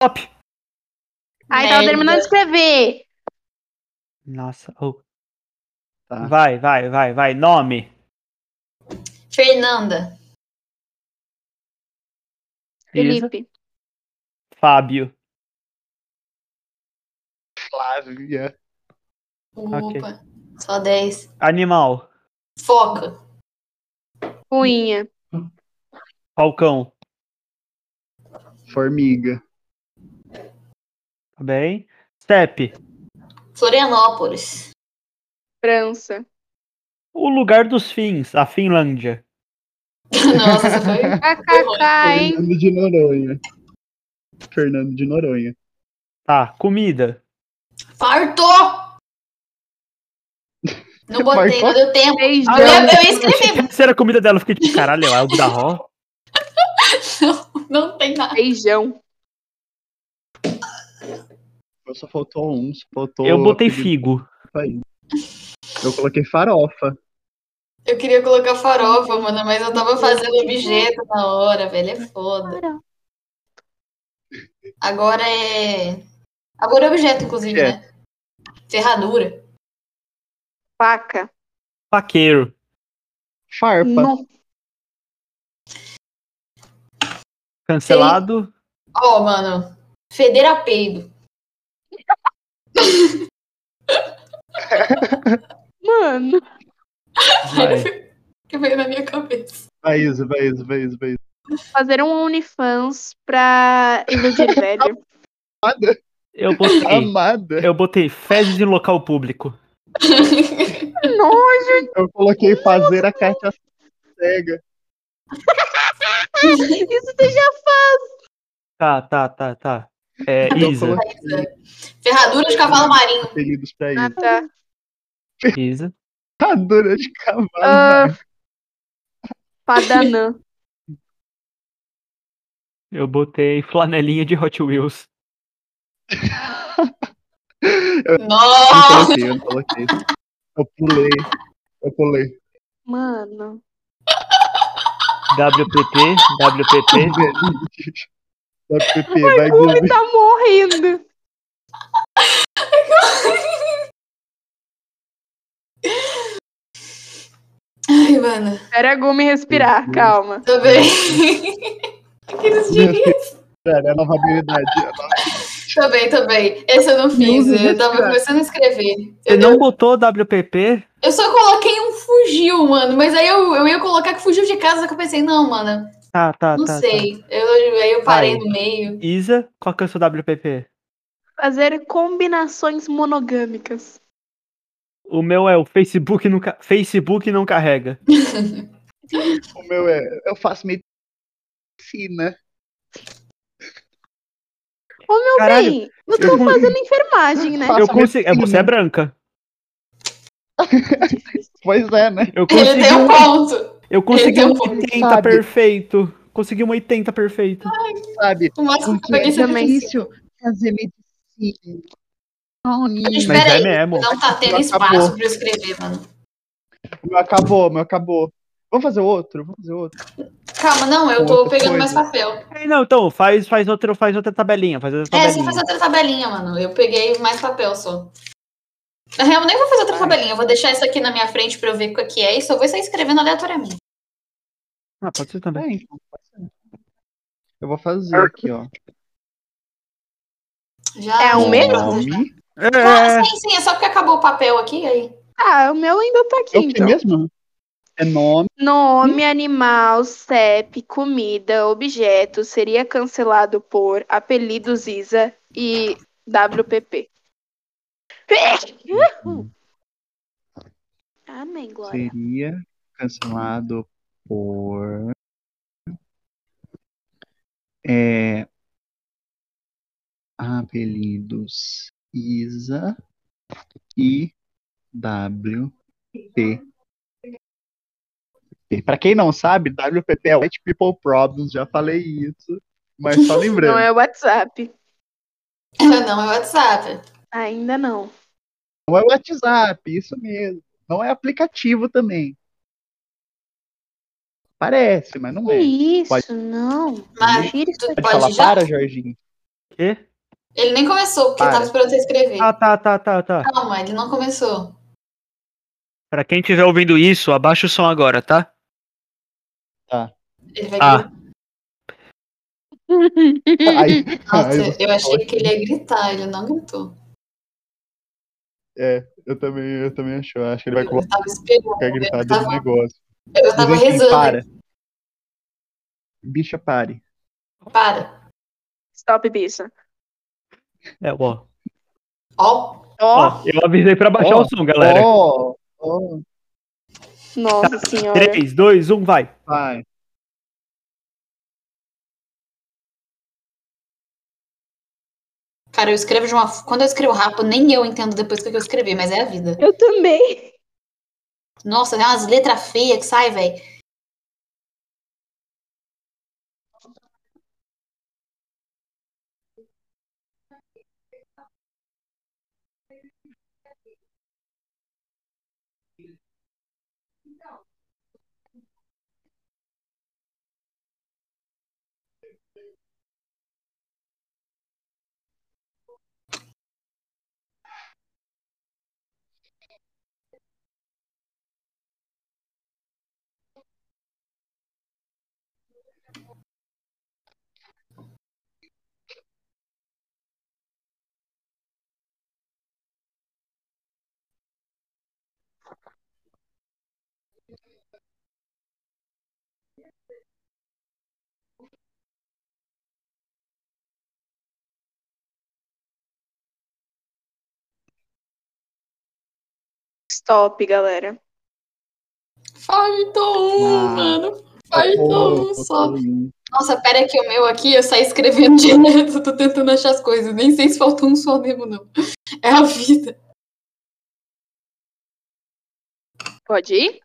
D: Top.
A: Aí tava
C: Merda.
A: terminando de escrever.
D: Nossa, oh.
E: Tá.
D: Vai, vai, vai, vai. Nome.
C: Fernanda.
D: Isa.
A: Felipe.
D: Fábio.
E: Flávia.
D: Ok.
C: Opa. Só 10.
D: Animal.
C: Foca.
A: Cunha.
D: Falcão.
E: Formiga.
D: Tá bem? Step.
C: Florianópolis. [LAUGHS]
A: França.
D: O lugar dos fins, a Finlândia.
C: Nossa, você foi.
A: KKK, hein?
E: Fernando de Noronha. Fernando de Noronha.
D: Tá, comida.
C: Fartou! Não botei,
E: Marcou?
C: não deu tempo.
A: Beijão.
C: Eu, eu escrevi,
D: Achei que Essa era a comida dela, eu fiquei tipo, caralho, é
E: [LAUGHS]
D: algo da Ró?
C: não tem nada.
A: Beijão.
E: Só faltou um, só faltou.
D: Eu botei
E: apelido
D: figo.
E: aí. Eu coloquei farofa.
C: Eu queria colocar farofa, mano, mas eu tava fazendo objeto na hora, velho. É foda.
B: Claro.
C: Agora é. Agora é objeto, inclusive, né? Ferradura.
A: Faca.
D: Paqueiro.
E: Farpa.
A: Nossa.
D: Cancelado.
C: Ó, mano. Feder a peido.
A: Mano.
D: Vai.
C: Que veio na minha cabeça.
E: Vai isso, vai isso, vai isso, vai isso.
A: Fazer um OnlyFans pra iludir velho.
E: Amada.
D: Eu botei.
E: Amada.
D: Eu botei fezes em local público.
A: Nossa.
E: Eu coloquei fazer a cachaça cega.
A: [LAUGHS] Isso você já
D: Tá, tá, tá, tá. É,
E: Então, Eu
D: Isa.
E: coloquei
C: [LAUGHS] Ferradura de cavalo marinho.
E: apelidos pra
A: Ah,
E: isso.
A: tá.
D: Isa.
E: Cadura de cavalo.
A: Ah, Padanã.
D: Eu botei flanelinha de Hot Wheels.
C: Então,
E: Eu
C: Nossa!
E: coloquei, eu coloquei. Eu pulei. Eu pulei.
A: Mano.
D: WPP,
E: [LAUGHS]
D: WPP.
E: Da PP, vai
A: O homem
E: Gubi.
A: tá morrendo.
C: Ai, mano.
A: Era Gumi respirar, calma.
C: Tô bem. [LAUGHS] Aqueles dias.
E: Cara, é a nova habilidade. é a nova-
C: Tô bem, tô bem. Esse eu não fiz.
E: Meu Deus,
C: Eu tava
E: cara.
C: começando a escrever.
D: Você não botou WPP?
C: Eu só coloquei um fugiu, mano. Mas aí eu, eu ia colocar que fugiu de casa, só que eu pensei, não, mano,
D: Tá, tá,
C: não
D: tá. tá.
C: sei. Eu, aí eu parei
D: Vai.
C: no meio. [LAUGHS]
D: Isa, qual que é o seu WPP?
A: Fazer combinações monogâmicas.
D: O meu é o Facebook não, ca- Facebook não carrega.
E: O meu é. Eu faço medicina.
A: Ô, meu
D: Caralho,
A: bem, você tá
D: eu-
A: fazendo enfermagem, né?
E: Faço
D: Eu consigo. é, Você
E: medicina.
D: é branca.
E: Pois é, né?
D: Eu
C: Ele
D: consegui
C: tem um
D: um,
C: ponto.
D: eu consegui
C: ele
D: um
C: tem um
D: 80
E: sabe.
D: perfeito. Consegui um 80 perfeito.
E: Sabe?
C: O máximo que
E: Porque
C: eu
E: é
C: peguei você difícil.
E: difícil fazer medicina. Não,
C: Mas
E: Nina.
D: Mas
C: peraí,
D: é mesmo.
C: não tá tendo espaço
E: Acabou.
C: pra eu escrever, mano.
E: Meu acabou, meu acabou. Vamos fazer outro? Vamos fazer outro.
C: Calma, não, eu tô
E: Outra
C: pegando
E: coisa.
C: mais papel.
D: Ei, Não, então, faz, faz, outra, faz outra tabelinha. Faz outra
C: É, você
D: tabelinha.
C: faz outra tabelinha, mano. Eu peguei mais papel só. Na real, eu nem vou fazer outra tabelinha. Eu vou deixar isso aqui na minha frente pra eu ver o que é e só vou sair escrevendo aleatoriamente.
D: Ah, pode ser
E: É,
D: também.
E: então, pode ser. Eu vou fazer aqui, ó.
C: Já.
A: É
E: um
A: o mesmo?
E: Nome.
C: Ah,
D: É,
C: sim, sim, é só porque acabou o papel aqui, aí. [CLEARS THROAT]
A: Ah, o meu ainda tá aqui,
E: É o que
A: então.
E: mesmo? É nome.
A: Nome, animal, CEP, comida, objeto seria cancelado por apelidos Isa e WPP. Amém, Glória.
E: Seria cancelado por. É, apelidos Isa e WP. Pra quem não sabe, WPP é White People Problems, já falei isso, mas só
A: Não
E: lembrando.
A: é WhatsApp.
C: Não, é WhatsApp.
A: Ainda não.
E: Não é WhatsApp, isso mesmo. Não é aplicativo também. Parece, mas não
A: Que
E: é.
A: isso,
E: Pode-
A: não.
C: Mas
A: Tira isso
C: tu
E: Pode,
A: daqui.
E: falar,
C: pode já.
E: para, Jorginho.
D: Quê?
C: Ele nem começou, porque
E: Para.
C: eu tava esperando você escrever.
D: Ah, tá, tá, tá, tá.
C: Calma, ele não começou.
F: Pra quem estiver ouvindo isso, abaixa o som agora, tá?
C: Ele vai
F: Ah.
C: gritar. Hum,
E: Aí, [LAUGHS] aí
C: Nossa,
E: você
C: eu achei
E: pode.
C: que ele ia gritar, ele não gritou.
E: É, eu também, eu também acho. Eu Acho que ele vai
C: Eu tava esperando.
E: colocar gritar desse negócio.
C: Eu tava
E: Mas, enfim,
C: rezando.
E: para. Bicha, pare.
C: Para.
A: Stop, bicha.
D: É, ó.
C: Ó,
A: Ó,
D: Ó, eu avisei pra baixar
E: Ó.
D: o som, galera.
E: Ó, ó,
A: nossa
E: Tá,
A: senhora.
D: 3, 2, 1, vai.
E: vai.
C: cara, eu escrevo de uma. Quando eu escrevo rápido, nem eu entendo depois o que eu escrevi, mas é a vida.
A: Eu também.
C: Nossa, tem umas letras feias que sai, velho.
A: Stop, galera.
C: Faltou um,
E: Ah.
C: mano.
E: Faltou-
C: Faltou um só.
E: faltou um.
C: Nossa, pera que o meu aqui, eu saí escrevendo [LAUGHS] direto, tô tentando achar as coisas. Nem sei se faltou um só mesmo, não. É a vida.
A: Pode ir?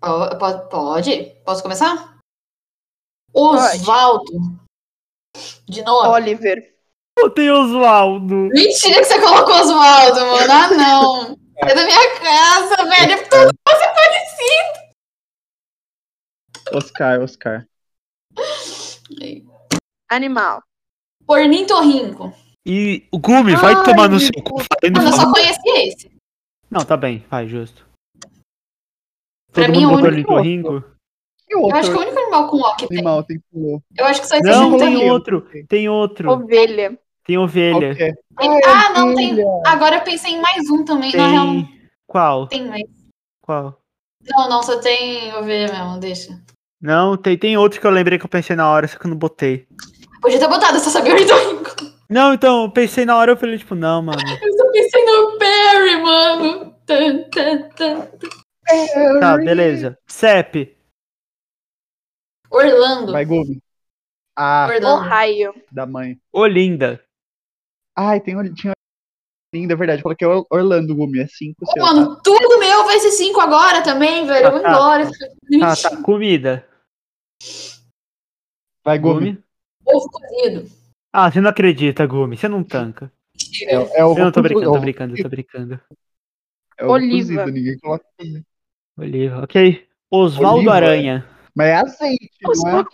C: Po- po- Pode? Posso começar?
A: Pode.
C: Osvaldo. De novo.
A: Oliver.
D: Eu tenho Oswaldo.
C: Mentira que você colocou Osvaldo, mano. Ah, não. É da minha casa, velho. É tudo
E: Oscar, Oscar.
A: Animal.
C: Ornitorrinco.
F: E o Gumi, vai
A: Ai,
F: tomar no
A: meu
F: seu cu. fazendo
C: Mano, eu
F: fala.
C: só conhecia esse.
F: Não, tá bem, vai, justo.
C: Pra
D: Todo
C: mim,
D: mundo
C: o
D: botou
C: único-
D: ornitorrinco?
E: Que
C: Eu acho que
E: outro
C: o único animal com O que tem.
E: animal tem que pulou?
C: Eu acho que só existe
D: Não,
C: um
D: tem
E: ornitorrinco.
D: outro. Tem
E: Hum.
D: outro.
A: Ovelha.
D: Tem ovelha.
E: Qual que é?
C: Tem- Ah, não, tem.
E: Filha.
C: Agora eu pensei em mais um também. Na real, não
D: Tem. Qual?
C: tem mais.
D: Qual?
C: Não, não, só tem ovelha mesmo, deixa.
D: Não, tem, tem outro que eu lembrei que eu pensei na hora, só que eu não botei.
C: Podia ter botado, eu só sabia o ornitorrinco.
D: Não, então, eu pensei na hora, eu falei, tipo, não, mano.
C: Eu só pensei no Perry, mano. Tan, tan, tan.
D: Tá, beleza. CEP.
C: Orlando.
E: Vai, Gomes. Ah,
C: Orlando.
A: Ohio.
E: da mãe.
D: Olinda.
E: Ai, tem, Ol- tinha linda, é verdade. Coloquei Or- Orlando Gumi, é cinco
C: Ô,
E: seu. tá?
C: mano, tudo meu vai ser 5 agora também, velho. Eu vou
D: Tá, tá.
C: embora.
D: Ah, tá. Comida.
E: Vai, Gumi.
D: Gumi.
C: Ovo cozido.
D: Ah, você não acredita, Gumi. Você não tanca.
E: É, é o
D: Eu não tô brincando, tô
E: é o-
D: brincando, tô brincando.
E: é o
A: Oliva.
E: cozido, ninguém coloca.
D: Oliva, ok. Oswaldo
E: Oliva,
D: Aranha.
E: Mas é azeite, não é?
A: Oswaldo.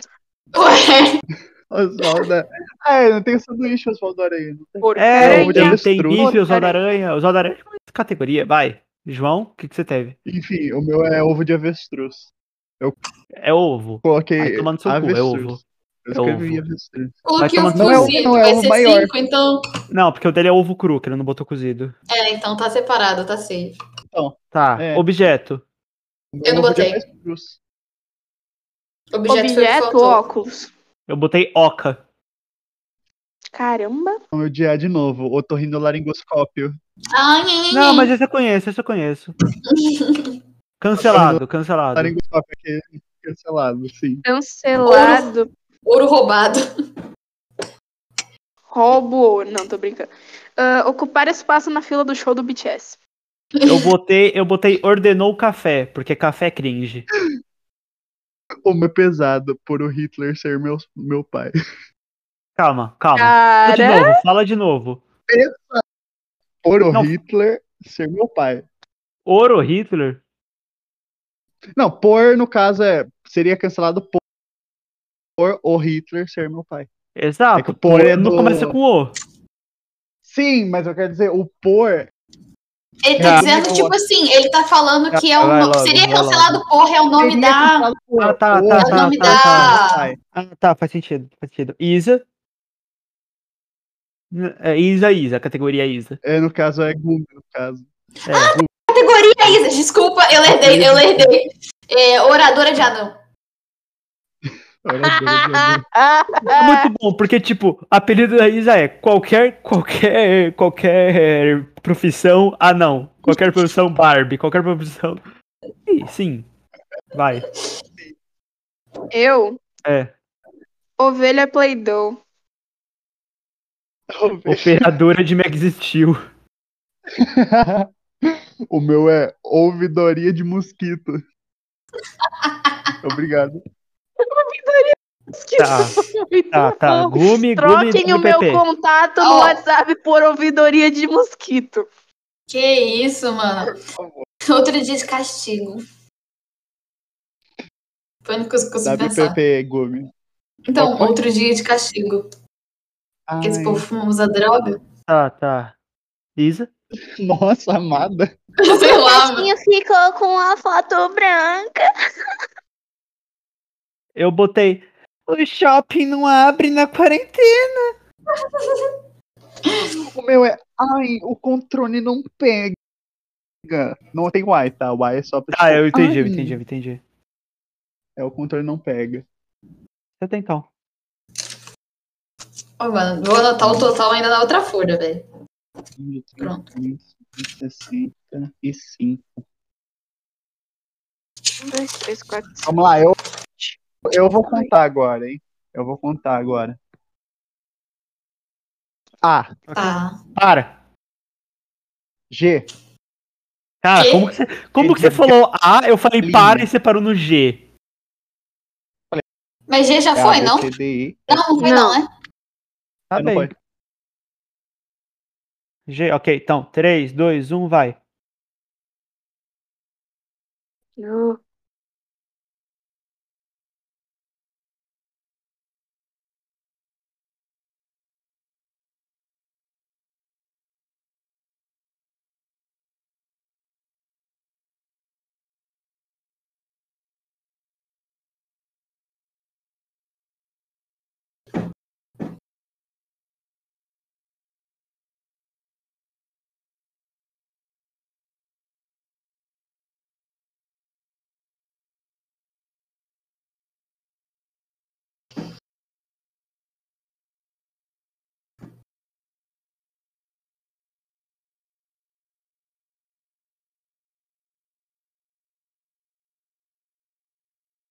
C: Ué,
E: Oswaldo. Ah, eu não tenho sanduíche, Oswaldo Aranha. não tem.
D: É,
A: Porco-aranha.
E: Aranha.
D: tem, tem
E: Avestruz.
D: bife, Oswaldo
A: Porco-aranha.
D: Aranha. Oswaldo Aranha é uma categoria, vai. João, o que, que você teve?
E: Enfim, o meu é ovo de avestruz.
D: É ovo.
E: Coloquei
D: Vai tomar no seu cu, é
E: avestruz.
D: ovo.
E: Eu
D: É ovo.
E: escrevi avestruz.
C: coloquei
D: Vai
C: ovo
D: tomar- Não é
E: o-
C: cozido,
E: não é
C: vai
E: o
C: ser
E: maior.
C: 5, então.
D: Não, porque o dele é ovo cru, que ele não botou cozido.
C: É, então tá separado, tá safe.
D: Tá,
E: É.
D: objeto.
C: Eu não
E: Ovo de
C: botei.
E: avestruz.
C: Objeto, foi o que
A: Objeto,
C: faltou.
A: óculos.
D: Eu botei oca.
A: Caramba.
E: Então eu dia de novo, otorrinolaringoscópio.
C: Ah, nhe, nhe,
D: Não,
C: nhe.
D: mas esse eu conheço, esse eu conheço.
E: Tá
D: Cancelado, cancelado.
E: Laringoscópio que é cancelado, sim.
A: Cancelado.
C: Ouro roubado.
A: Roubo. Não, tô brincando. Ah, ocupar espaço na fila do show do BTS.
D: Eu botei, eu botei ordenou café, porque café é cringe.
E: Como é pesado por o Hitler ser meu, meu pai.
D: Calma, calma. Fala Tá de
A: Cara.
D: novo, fala de novo.
E: Por o
D: Não.
E: Hitler ser meu pai.
D: Ouro Hitler?
E: Não, por, no caso, é, seria cancelado por, por o Hitler ser meu pai. É que
D: Exato.
E: o por é
D: não
E: do-
D: começa com o.
E: Sim, mas eu quero dizer, o por.
C: Ele tá
E: Ah,
C: dizendo,
E: eu-
C: tipo assim, ele tá falando que é um.
D: vai logo,
C: seria
D: vai logo.
C: cancelado, porra, é o nome
E: seria
C: da.
E: cancelado por-
D: Ah, tá,
E: por
D: tá,
E: o
C: tá,
E: Hitler
C: tá,
E: ser
C: tá.
E: meu pai.
D: Ah, tá, faz sentido, faz sentido. Isa. N- É, Isa, Isa, categoria Isa.
E: É, no caso, é Gumi, no caso.
D: É,
C: Categoria Isa. Desculpa, eu herdei, eu herdei. É, oradora de anão.
A: Ah,
D: É muito bom, porque, tipo, o apelido da Isa é qualquer, qualquer, qualquer profissão anão. Qualquer profissão Barbie, qualquer profissão. Ih, Sim. Vai.
A: eu?
D: É.
A: Ovelha Play-Doh.
D: [LAUGHS] Operadora de Max Steel.
E: O meu é ouvidoria de mosquito. Obrigado.
D: Tá,
A: [LAUGHS] Muito
D: tá, tá.
A: [LAUGHS] bom.
D: Gumi, Gumi,
A: Troquem
D: Gumi,
A: o meu
D: PP.
A: contato no
C: Ó.
A: WhatsApp por ouvidoria de mosquito.
C: Que isso, mano. Outro dia de castigo. Pânico se consigo pensar.
E: WPP, Gumi.
C: Então,
E: Qual foi?
C: outro dia de castigo. Porque esse
E: Ai,
C: povo fuma, usa droga. [LAUGHS]
D: Tá, tá. Isa?
E: Nossa, amada.
C: Sei
B: O
C: lá, mano.
B: gatinho ficou com a foto branca.
D: Eu botei. O shopping não abre na quarentena.
E: O meu é. Ai, o controle não pega. Não tem Y, tá? Y é só pra.
D: Ah, eu entendi, eu
E: Ai.
D: entendi, eu entendi.
E: É o controle não pega.
D: Até então.
C: Ô, mano, vou anotar o total ainda na outra folha, velho.
E: 65.
A: Um, dois, três, quatro, cinco.
E: Vamos lá, eu, eu vou contar agora, hein? Eu vou contar agora. A,
C: Ah.
D: Para.
E: G.
D: Cara,
C: Quê?
D: Tá, como que você, como que você
E: Entendi.
D: falou A, eu falei
E: Linha.
D: para e você parou no G.
C: Mas G já
E: é A,
C: foi,
E: B,
C: não?
E: C, D, E.
C: Não, não foi não, né?
D: Tá
E: Não
D: bem.
E: foi.
D: G, ok. Então, 3, 2, 1, vai.
A: Uh,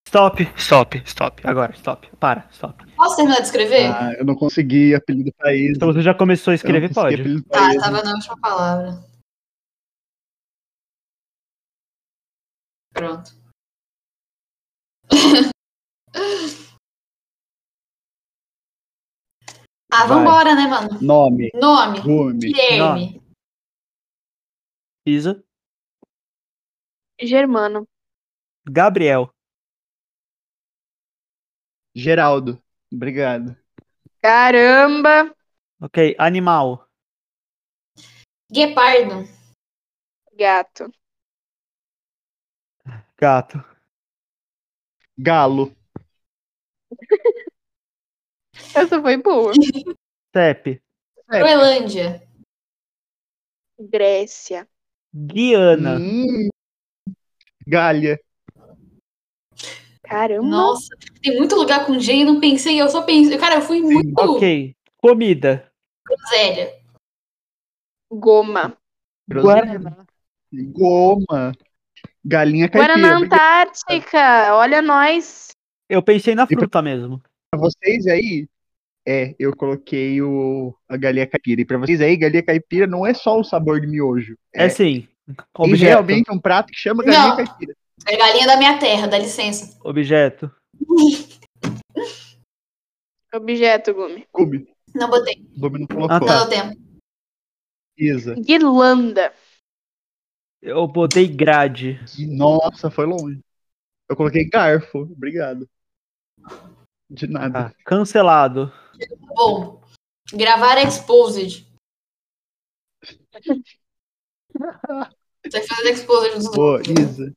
D: Stop, stop, stop. Agora, stop. Para, stop.
C: Posso terminar de escrever? Ah,
E: Ah, eu não consegui apelido pra Isa.
D: Então você já começou a escrever, pode.
E: Tá,
C: tava na última palavra. Pronto. [LAUGHS] ah, vambora, né, mano?
E: Nome,
C: Nome.
E: Gumi.
C: Guilherme.
D: Isa.
A: Germano.
D: Gabriel.
E: Geraldo. Obrigado.
A: Caramba.
D: Ok. Animal.
C: Guepardo.
A: Gato.
D: Gato.
E: Galo.
A: Essa foi boa.
D: CEP.
C: Groenlândia.
A: [LAUGHS] Grécia.
D: Guiana.
E: Hum. Galha.
A: Caramba.
C: Nossa, tem muito lugar com G e não pensei. Eu só pensei. Cara, eu fui muito
D: Ok. Comida.
C: groselha.
A: Goma.
E: Guaraná. Goma. Galinha caipira.
A: Guaraná
C: tá
E: Obrigado
A: Antártica. Olha nós.
D: Eu pensei na
E: pra-
D: fruta mesmo.
E: pra vocês aí. É, eu coloquei o, a galinha caipira. E pra vocês aí, galinha caipira não é só o sabor de miojo.
D: É,
E: É,
D: sim.
E: tem
D: Objeto.
E: geralmente um prato que chama galinha
C: Não.
E: caipira.
C: É galinha da minha terra, dá licença.
D: Objeto.
A: Objeto, Gumi.
E: Gumi.
C: Não botei.
E: Gumi não colocou.
D: Ah,
C: Não
D: tá.
C: deu tempo.
E: Isa.
A: Guirlanda.
D: Eu botei grade.
E: Que- Nossa, foi longe. Eu coloquei garfo. Obrigado. De nada.
D: Tá. Cancelado.
C: Bom. Gravar Exposed. Tem que fazer Exposed dos
E: Boa, Isa.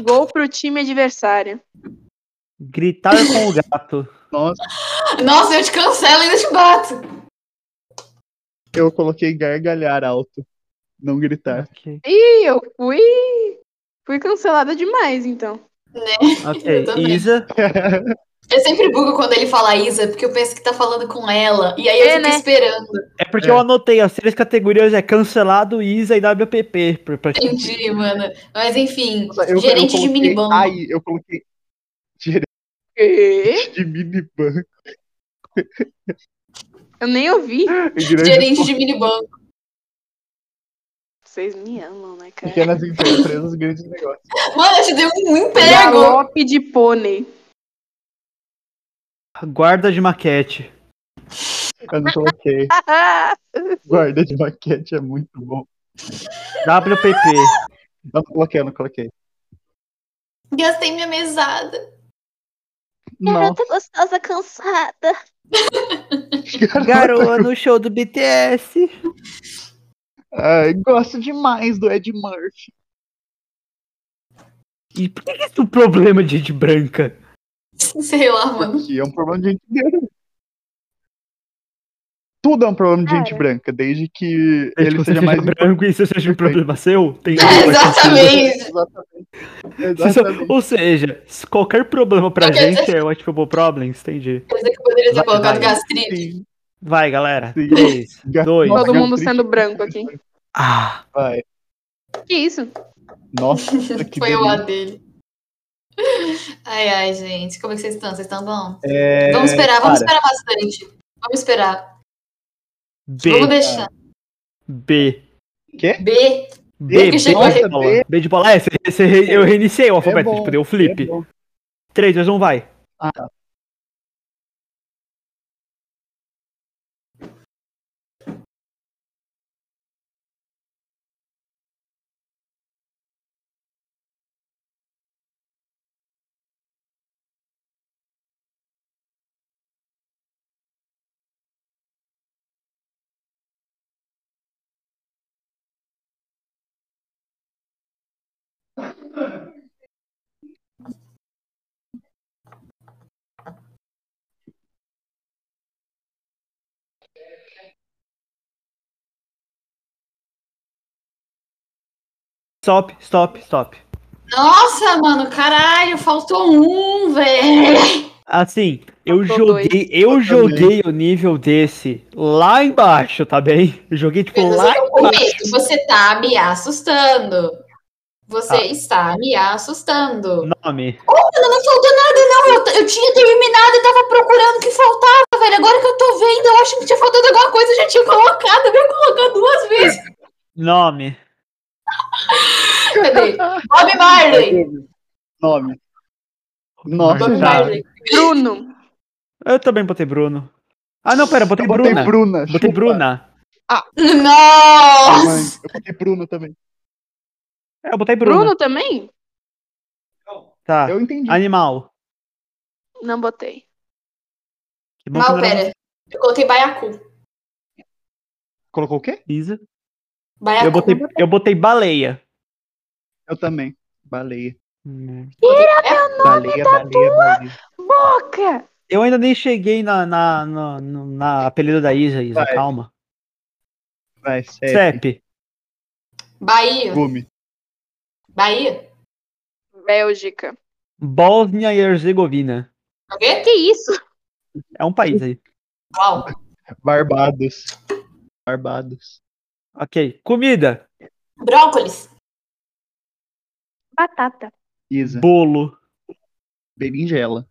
A: Gol pro time adversário.
D: Gritar com o gato.
E: Nossa,
C: Nossa, eu te cancelo e ainda te bato.
E: eu coloquei gargalhar alto. Não gritar.
D: Ok.
A: Ih, eu fui. Fui cancelada demais, então.
D: Ok.
C: Eu também.
D: Isa.
C: Eu sempre bugo quando ele fala Isa, porque eu penso que tá falando com ela. E aí eu
A: É,
C: fico
A: né?
C: esperando.
D: É porque
E: É.
D: eu anotei as três categorias é cancelado, Isa e WPP. pra- pra-
C: Entendi, mano. Mas enfim,
E: Nossa, eu- eu
C: gerente de
E: coloquei-
C: minibanco.
E: Ai, eu coloquei [LAUGHS]
A: Quê?
E: de minibanco.
A: Eu nem ouvi.
E: Grande
C: Gerente de minibanco.
A: Vocês me amam, né, cara?
E: Pequenas empresas, grandes negócios.
C: Mano, eu te dei um emprego.
A: Galope de [LAUGHS] pônei.
D: Guarda de maquete.
E: Eu não coloquei. Guarda de maquete é muito bom.
D: WPP.
E: Não coloquei, não coloquei.
C: Gastei minha mesada. [LAUGHS]
E: Nossa,
B: Garota gostosa cansada.
F: Garoa no show do BTS.
E: ai, gosto demais do Ed Murphy.
D: E por que que isso é um problema de gente branca?
C: Sei lá, mano.
E: Porque é um problema de gente branca. Tudo é um problema de gente
A: Cara.
E: branca, desde que
D: É,
E: ele
D: tipo,
E: seja
D: você
E: mais
D: branco e isso seja um problema seu?
C: [LAUGHS]
D: Tem
C: É, exatamente.
E: Exatamente.
D: Vocês são-
E: Exatamente.
D: Ou seja, se qualquer problema pra
C: Qualquer-
D: gente é multiple problems, entendi.
C: Quer dizer que eu poderia ter
D: Vai,
C: colocado
D: vai.
C: gastrite.
E: Sim.
F: Vai, galera.
E: Sim.
F: Três,
E: Ga-
F: dois.
E: Nossa,
A: Todo mundo
E: gastrite.
A: sendo branco aqui.
F: Ah,
E: Vai.
A: Que isso?
E: Nossa,
C: [LAUGHS]
E: que
C: Foi
E: delícia.
C: o lado dele. Ai, ai, gente. Como é que vocês estão? Vocês estão bom?
E: É,
C: Vamos esperar, vamos
E: cara,
C: esperar bastante. Vamos esperar. Vamos
D: B,
C: deixar.
D: B,
C: B.
D: B, B,
C: que
D: de
C: chegou a-
D: bola. B de bola. É, você- você- eu reiniciei o alfabeto,
E: bom,
D: tipo, deu
E: é
D: flip.
E: bom.
D: 3, 2, 1, vai.
E: Ah, tá.
D: Stop, stop, stop.
C: Nossa, mano, caralho, faltou um, velho.
D: Assim, eu
A: Faltou dois.
D: joguei, eu joguei o nível desse lá embaixo, tá bem? Eu joguei, tipo, lá
C: Você tá com medo, Você tá me assustando. Você
D: Ah.
C: está me assustando.
D: nome.
C: Mano, não faltou nada, não. Eu, t- eu tinha terminado e tava procurando o que faltava, velho. Agora que eu tô vendo, eu acho que tinha faltado alguma coisa, eu já tinha colocado. Eu ia colocar duas vezes.
D: Nome.
C: [LAUGHS] Cadê? Bob Marley.
E: Nome. Nossa,
C: Bob
D: Tá.
C: Marley.
A: Bruno.
D: Eu também botei Bruno. Ah, não, pera, botei
E: eu botei
D: Bruna.
E: Bruna.
D: Botei
E: chupa.
D: Bruna.
E: Ah,
C: Nossa.
E: mãe, Eu botei Bruna também.
D: É, eu botei
A: Bruno,
D: Bruna.
A: também?
D: Tá.
E: Eu entendi.
D: Animal.
A: Não botei.
D: Que bom que
C: Mal,
D: não era
C: pera. Eu coloquei Baiacu.
E: Colocou o quê?
D: Isa.
C: Baiacu.
D: Eu botei, eu botei baleia.
E: Eu também. Baleia. Hum.
D: Baleia, baleia, baleia.
A: Boca!
D: Eu ainda nem cheguei na, na, na, na- na apelido da Isa, Isa,
E: Vai. É.
D: calma.
E: Vai, sério.
D: CEP.
C: Bahia.
E: Gume.
C: Bahia.
A: Bélgica.
D: Bósnia e Herzegovina.
C: Tá vendo?
A: Que isso?
D: É um país aí.
C: Uau.
E: Barbados. Barbados.
D: Ok. Comida.
C: Brócolis.
A: Batata.
E: Isa.
D: Bolo.
E: Berinjela.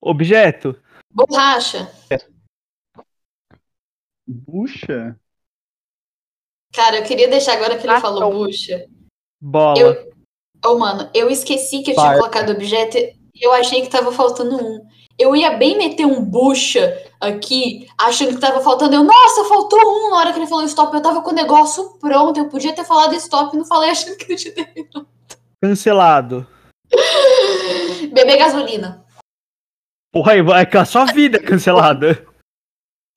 D: Objeto.
C: Borracha.
E: Bucha.
C: Cara, eu queria deixar agora que ele
A: Batom.
C: falou bucha.
D: Bola.
C: Eu- Ô, mano, eu esqueci que eu tinha
E: Barba.
C: colocado objeto e eu achei que tava faltando um. Eu ia bem meter um bucha aqui, achando que tava faltando. Eu, nossa, faltou um na hora que ele falou stop. Eu tava com o negócio pronto. Eu podia ter falado stop e não falei [LAUGHS] achando que eu tinha terminado.
D: Cancelado.
C: Beber gasolina.
D: Porra, aí vai- a sua vida é cancelada.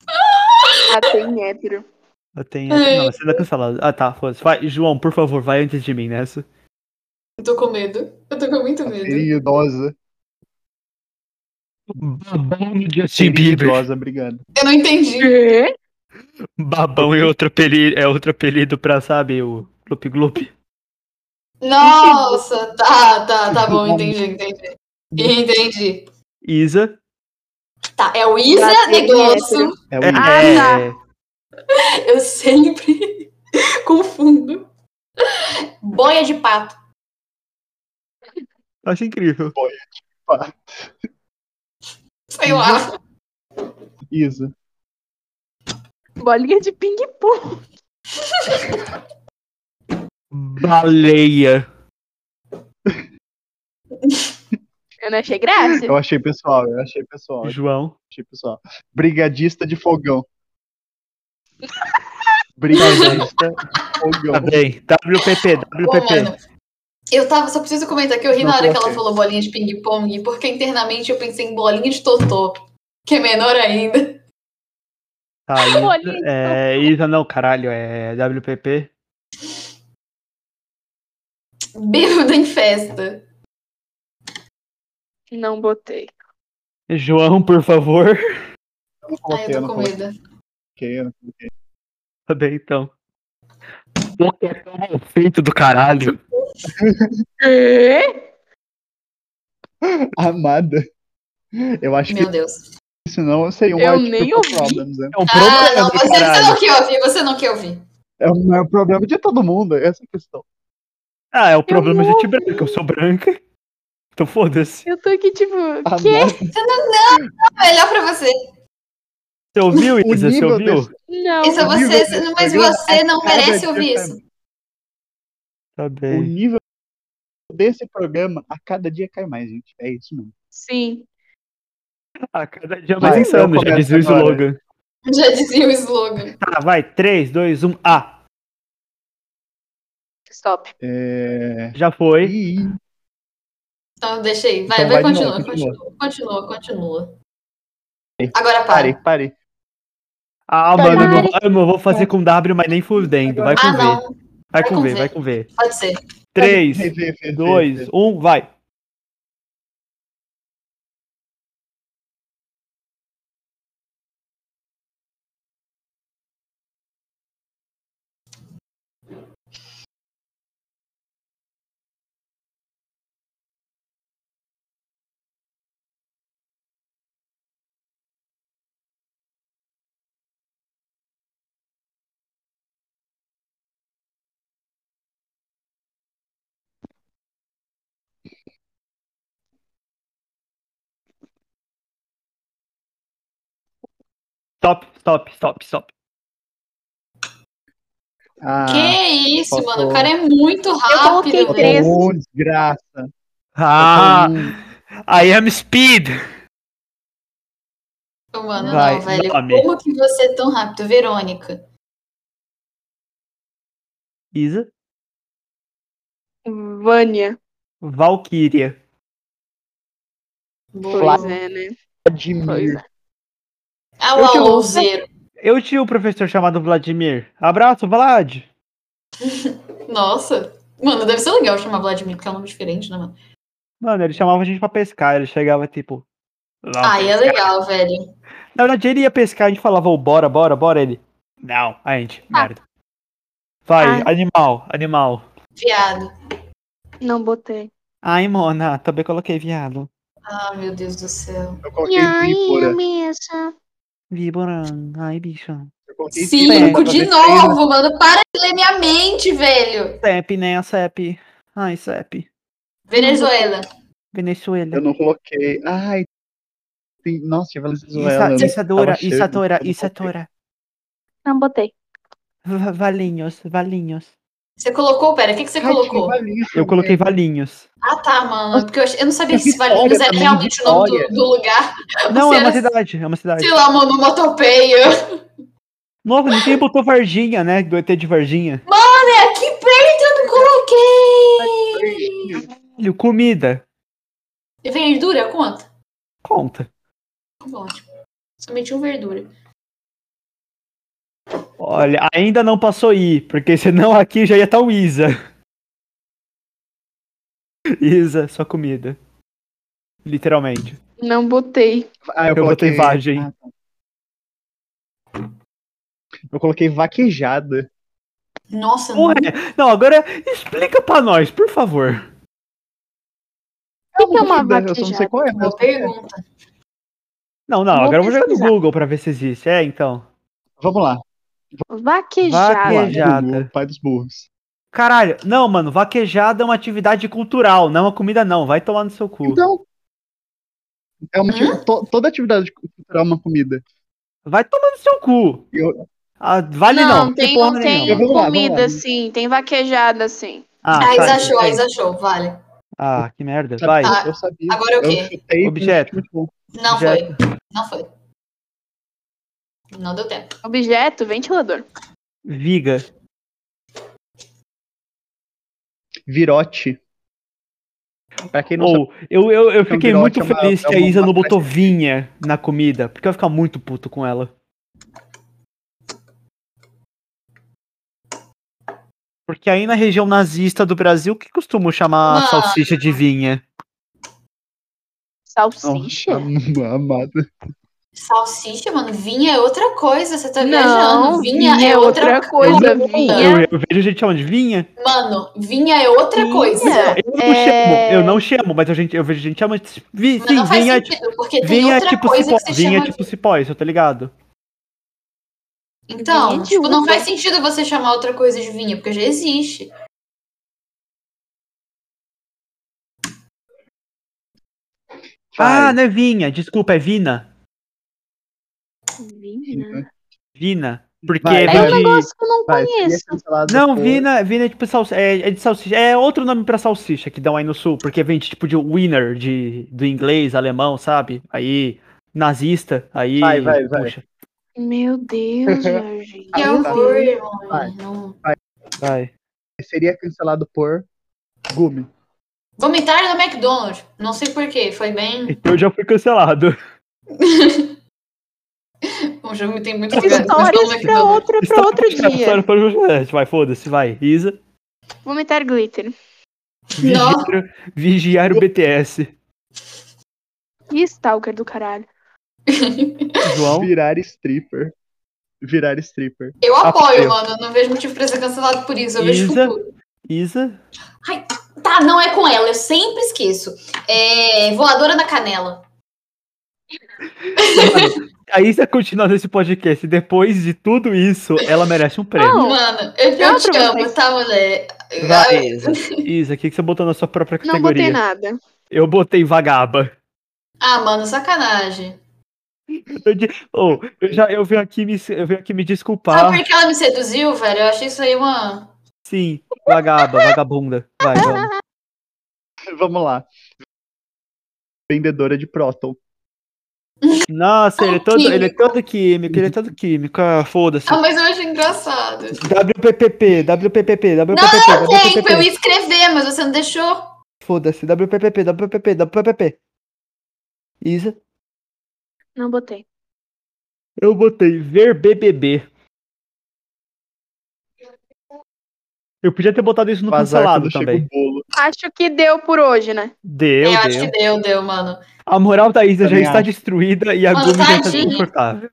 A: Ah, tem hétero.
D: [LAUGHS] Eu tenho. Não, você ainda é cancelado. Ah, tá. Foda-se. Vai, João, por favor, vai antes de mim nessa.
C: Eu tô com medo. Eu tô com muito medo.
E: Idosa.
D: Babão no Justin
E: Seria
D: Bieber.
E: Idosa, obrigado.
C: Eu não entendi.
D: Babão é outro apelido, é outro apelido pra, sabe, o Gloop Gloop.
C: Nossa, tá, tá, tá bom. Entendi, entendi. Entendi.
D: Isa.
C: Tá, é o Isa
A: Bater em
C: negócio.
E: É o
D: É,
E: Idosa.
A: Ah,
C: [LAUGHS] Eu sempre [LAUGHS] confundo. Boia de pato.
D: Acho incrível.
C: Sei lá.
E: Isa.
A: Bolinha de ping-pong.
F: Baleia.
A: Eu não achei
E: [LAUGHS]
A: graça.
E: Eu achei pessoal, eu achei pessoal, eu
D: João.
E: achei pessoal. Brigadista de fogão. Brigadista de
D: Tá
E: fogão.
D: bem. WPP,
C: Pô,
D: WPP.
C: mano, eu tava, só preciso comentar que eu ri
E: Não,
C: na hora que
E: ok.
C: ela falou bolinha de ping-pong, porque internamente eu pensei em bolinha de totô, que é menor ainda. [LAUGHS]
D: Tá, Isa,
A: Bolinha.
D: é, Isa não, caralho, é WPP.
C: Bêbado em festa.
A: Não botei.
D: João, por favor.
E: Eu não
C: Ai,
E: coloquei, eu
C: Ah, eu
E: não
C: tô com
E: coloquei,
C: medo.
E: eu não coloquei.
D: Tá bem, então.
E: um
F: Feito do caralho.
E: Amada. Eu acho
C: Meu
E: que
C: Deus.
E: isso não seria um
A: Eu
E: artigo
A: nem
E: pro
A: ouvi.
E: Problems, né?
D: É um
C: Ah,
D: problema
C: não,
D: do
C: você, você
D: caralho.
C: não quer ouvir, você não quer ouvir.
E: É o maior problema de todo mundo, essa questão.
D: Ah, é o problema de
A: não
D: gente branca. Eu sou branca. Então foda-se.
A: Eu tô aqui, tipo,
D: Ah,
E: Amada.
A: que?
C: Melhor pra você.
D: Você ouviu,
E: O
D: Isa? Você
E: nível
D: ouviu?
E: desse-
A: Não.
C: Isso é
E: nível
C: você,
E: desse
C: mas
E: programa é
C: você não
E: cada
C: merece
E: dia
C: ouvir
E: tá-
C: isso. [LAUGHS]
D: Tá
E: O
D: bem.
E: nível desse programa a cada dia cai mais, gente. É isso mesmo.
A: Sim.
D: Ah, cada dia
E: Vai,
D: mais
E: eu
D: insano, já
E: começo
D: dizia o
E: é agora.
D: slogan.
C: Já dizia o slogan.
D: Tá, vai. 3, 2, 1, A.
A: Stop.
E: É...
D: Já foi.
E: Ih,
C: Então deixa aí. Vai,
E: Então
C: vai,
E: vai de
C: continua,
E: novo,
C: continua, continua, continua.
E: Ei,
C: Agora
E: parei,
C: para.
E: parei.
D: Ah, mano, eu não,
B: Pare.
D: eu não vou fazer com W, mas nem fudendo. Vai com
C: Ah,
D: V.
C: não,
D: Vai com V, vai com V.
C: pode ser.
D: 3,
E: Vê, vê, vê, vê.
D: 2, 1, vai. Stop, stop, stop, stop.
E: Ah,
C: que isso,
E: faltou.
C: mano. O cara é muito rápido,
B: coloquei
C: velho.
B: três.
E: um, desgraça.
F: Ah,
E: Um,
F: I am speed.
C: Mano,
D: Vai,
C: não, velho.
D: nome.
C: Como que você é tão rápido? Verônica.
D: Isa.
A: Vânia.
D: Valkyria.
A: Pois
C: Boa.
A: é, né?
D: Hum.
A: Pois
E: Vladimir.
A: é.
C: Ah,
E: Eu te
C: o
E: ouço.
C: Alzeiro.
D: Eu tinha um professor chamado Vladimir. Abraço, Vlad.
C: Nossa. Mano, deve ser legal chamar Vladimir, porque é um nome diferente, né, mano?
D: Mano, ele chamava a gente pra pescar. Ele chegava tipo. "Lá,
C: Ah, e é legal, velho.
D: Na verdade, ele ia pescar, a gente falava, ô, bora, bora, bora, ele. Não, a gente,
C: Ah.
D: merda. Vai, animal, animal.
C: Viado.
A: Não botei.
D: Ai, Mona, também coloquei viado.
C: Ah, meu Deus do céu.
E: Eu coloquei víbora.
D: Víbora, ai, bicho.
E: Eu coloquei
C: Cinco
E: víbora,
C: de
E: mas aí não-
C: novo, mano. Para de ler minha mente, velho.
D: Sep, né, a Sep. Ai, Sep.
C: Venezuela.
D: Venezuela.
E: Eu não coloquei. Ai, tem... Nossa, tinha Venezuela.
D: Isa,
E: né?
D: Isadora,
E: Tava cheio,
D: Isadora,
E: eu não
D: Isadora.
B: Não botei.
D: Va- Valinhos, valinhos.
C: Você colocou, pera, o que, que você
E: Ai, tinha
C: colocou?
E: Valinhos
D: Eu
E: também.
D: coloquei valinhos.
C: Ah, tá, mano. Porque eu, ach- eu não sabia se
D: [LAUGHS]
E: Vitória
C: Valinhos
D: tá
C: era
E: também,
C: realmente o nome do,
E: Vitória.
C: do lugar.
D: Não, é
C: Você
D: uma
C: era,
D: cidade, é uma cidade.
C: Sei lá, mano, uma motopeia.
D: Nossa, ninguém botou Varginha, né, do ET de Varginha.
C: [LAUGHS] É aqui perto, eu não coloquei.
D: Caralho, Comida,
C: Verdura, conta.
D: conta.
C: Ótimo. Somente um verdura.
D: Olha, ainda não passou I, porque senão aqui já ia estar o Isa. Isa, só comida. Literalmente.
A: Não botei.
E: Ah, eu,
D: Eu botei
E: coloquei
D: vagem.
E: Ah, tá. Eu coloquei vaquejada.
C: Nossa,
D: Ué, não, agora explica pra nós, por favor.
A: O que é uma
E: dúvida, Eu só não
A: vaquejada?
E: sei qual é.
C: boa pergunta.
D: Não, não,
A: Vou
D: agora eu vou jogar no
A: pesquisar.
D: Google pra ver se existe. É, então.
E: Vamos lá.
A: Vaquejada.
D: Vaquejada. Vaquejada.
E: Google, pai dos burros.
D: Caralho, não, mano, vaquejada é uma atividade cultural, não é uma comida, não. Vai tomar no seu cu.
E: Então. tipo, É uma, ati- to- toda atividade cultural é uma comida.
D: Vai tomar no seu cu.
E: Eu,
D: Ah, vale não.
A: não, tem,
D: porra
A: tem
D: nenhuma.
E: Vamos lá, vamos
A: comida,
E: lá.
A: sim. Tem vaquejada, assim. sim.
D: Ah,
C: A Isa
D: tá,
C: achou, a
D: tem.
C: Isa achou, vale.
D: Ah, que merda. Vai.
C: Ah,
E: eu sabia.
C: agora o quê?
E: Eu chutei,
D: Objeto.
E: mas não
C: Não
D: Já-
C: foi. Não foi. Não deu tempo.
A: Objeto, ventilador.
D: Viga.
E: Virote. Pra quem não um
D: Ou, eu, eu, eu fiquei
E: virou
D: muito
E: aqui uma-
D: feliz que a
E: uma-
D: Isa
E: uma
D: não botou vinha na comida, porque eu ia ficar muito puto com ela. Porque aí na região nazista do Brasil, o que costumam chamar
C: Mano.
D: salsicha de vinha?
A: Salsicha?
E: sabe, [LAUGHS] amado.
C: Salsicha, mano, vinha é outra coisa, você tá
A: Não,
C: viajando. Vinha, é outra,
A: coisa. Vinha.
D: Eu, eu vejo gente chamando de vinha.
C: Mano, vinha é outra
A: Vinha.
C: coisa.
D: Eu não
A: É.
D: chamo, eu não chamo, mas a gente, eu vejo gente chamando de vi,
C: Mas
D: sim,
C: não faz
D: vinha, é tipo-
C: sentido, porque tem
D: vinha é
C: outra
D: tipo
C: coisa
D: cipó,
C: que você
D: vinha é
C: chama
D: tipo cipó, isso eu tô ligado.
C: de... Então,
A: Vinha de
C: tipo, não
A: uva.
C: faz sentido você chamar outra coisa de vinha, porque já existe.
D: Ah, não é vinha, desculpa, é vina.
A: Vinha.
D: Vina. Porque
E: né? Vai,
D: é
E: vai,
C: um
D: de-
B: Negócio que eu não
E: Vai,
B: conheço.
E: seria cancelado
D: Não,
E: por-
D: Vina, Vina é tipo salsicha. É, é de salsicha. É outro nome pra salsicha que dão aí no sul, porque vem de, tipo de winner de, do inglês, alemão, sabe? Aí, nazista, aí.
E: Vai, vai, vai.
D: puxa.
A: Meu Deus, [LAUGHS] Jorginho.
E: Ah,
C: Que
E: tá.
C: é um horror, irmão.
E: Vai.
C: Não.
D: vai.
E: Seria cancelado por Gume.
C: Vomitar no McDonald's. Não sei porquê, foi
D: [LAUGHS]
C: bem.
D: Então eu já fui cancelado.
C: Um jogo tem muito
A: Histórias pra, outra, pra outro
D: [LAUGHS]
A: dia.
D: História é para o Juliette, Vai, foda-se, vai. Isa,
A: Vomitar glitter.
C: Não.
D: vigiar, vigiar o BTS.
A: E stalker do caralho.
D: João,
E: Virar stripper. Virar stripper. [LAUGHS]
C: Eu apoio,
D: Apoio.
C: mano. Eu não vejo motivo pra ser cancelado por isso. Eu vejo
D: Isa.
C: futuro.
A: [LAUGHS]
D: Isa,
C: Tá, não é com ela. Eu sempre esqueço. É. Voadora na canela.
D: a Isa continuar nesse podcast. e Depois de tudo isso, ela merece um prêmio.
A: Não,
C: Mano, eu,
A: Dá
C: eu te
A: pra
C: amo,
A: vocês.
C: tá, mulher?
F: Vai, Isa.
D: Isa, o que, que você botou na sua própria
A: não botei
D: categoria?
A: nada.
D: eu botei vagaba.
C: Ah, mano, sacanagem.
D: Eu, de- Ô, eu já eu venho aqui me, eu venho aqui me desculpar.
C: Sabe por que ela me seduziu, velho? Eu achei isso aí uma.
D: Sim, vagaba, vagabunda. Vai, vamos.
E: Vamos lá. Vendedora de próton.
D: Nossa, ele é todo, ele é todo químico, ele é todo químico. Ah, foda-se.
C: Ah, mas eu achei engraçado.
D: WPPP, WPPP,
C: Não tem pra eu
D: WPPP, WPPP.
C: escrever, mas você não deixou.
D: Foda-se, WPPP, WPPP, WPPP. Isa,
A: Não botei.
D: eu botei ver BBB. Eu podia ter botado isso no
E: Vazar
D: cancelado
E: quando chega
D: também.
E: o bolo.
A: Acho que deu por hoje, né?
D: Deu,
C: É, eu acho
D: deu.
C: que deu, deu, mano.
D: A moral da Isa já
E: Também
D: está
E: acho.
D: destruída e a
C: Mano,
D: Gumi já está
C: tadinha.
D: desconfortável.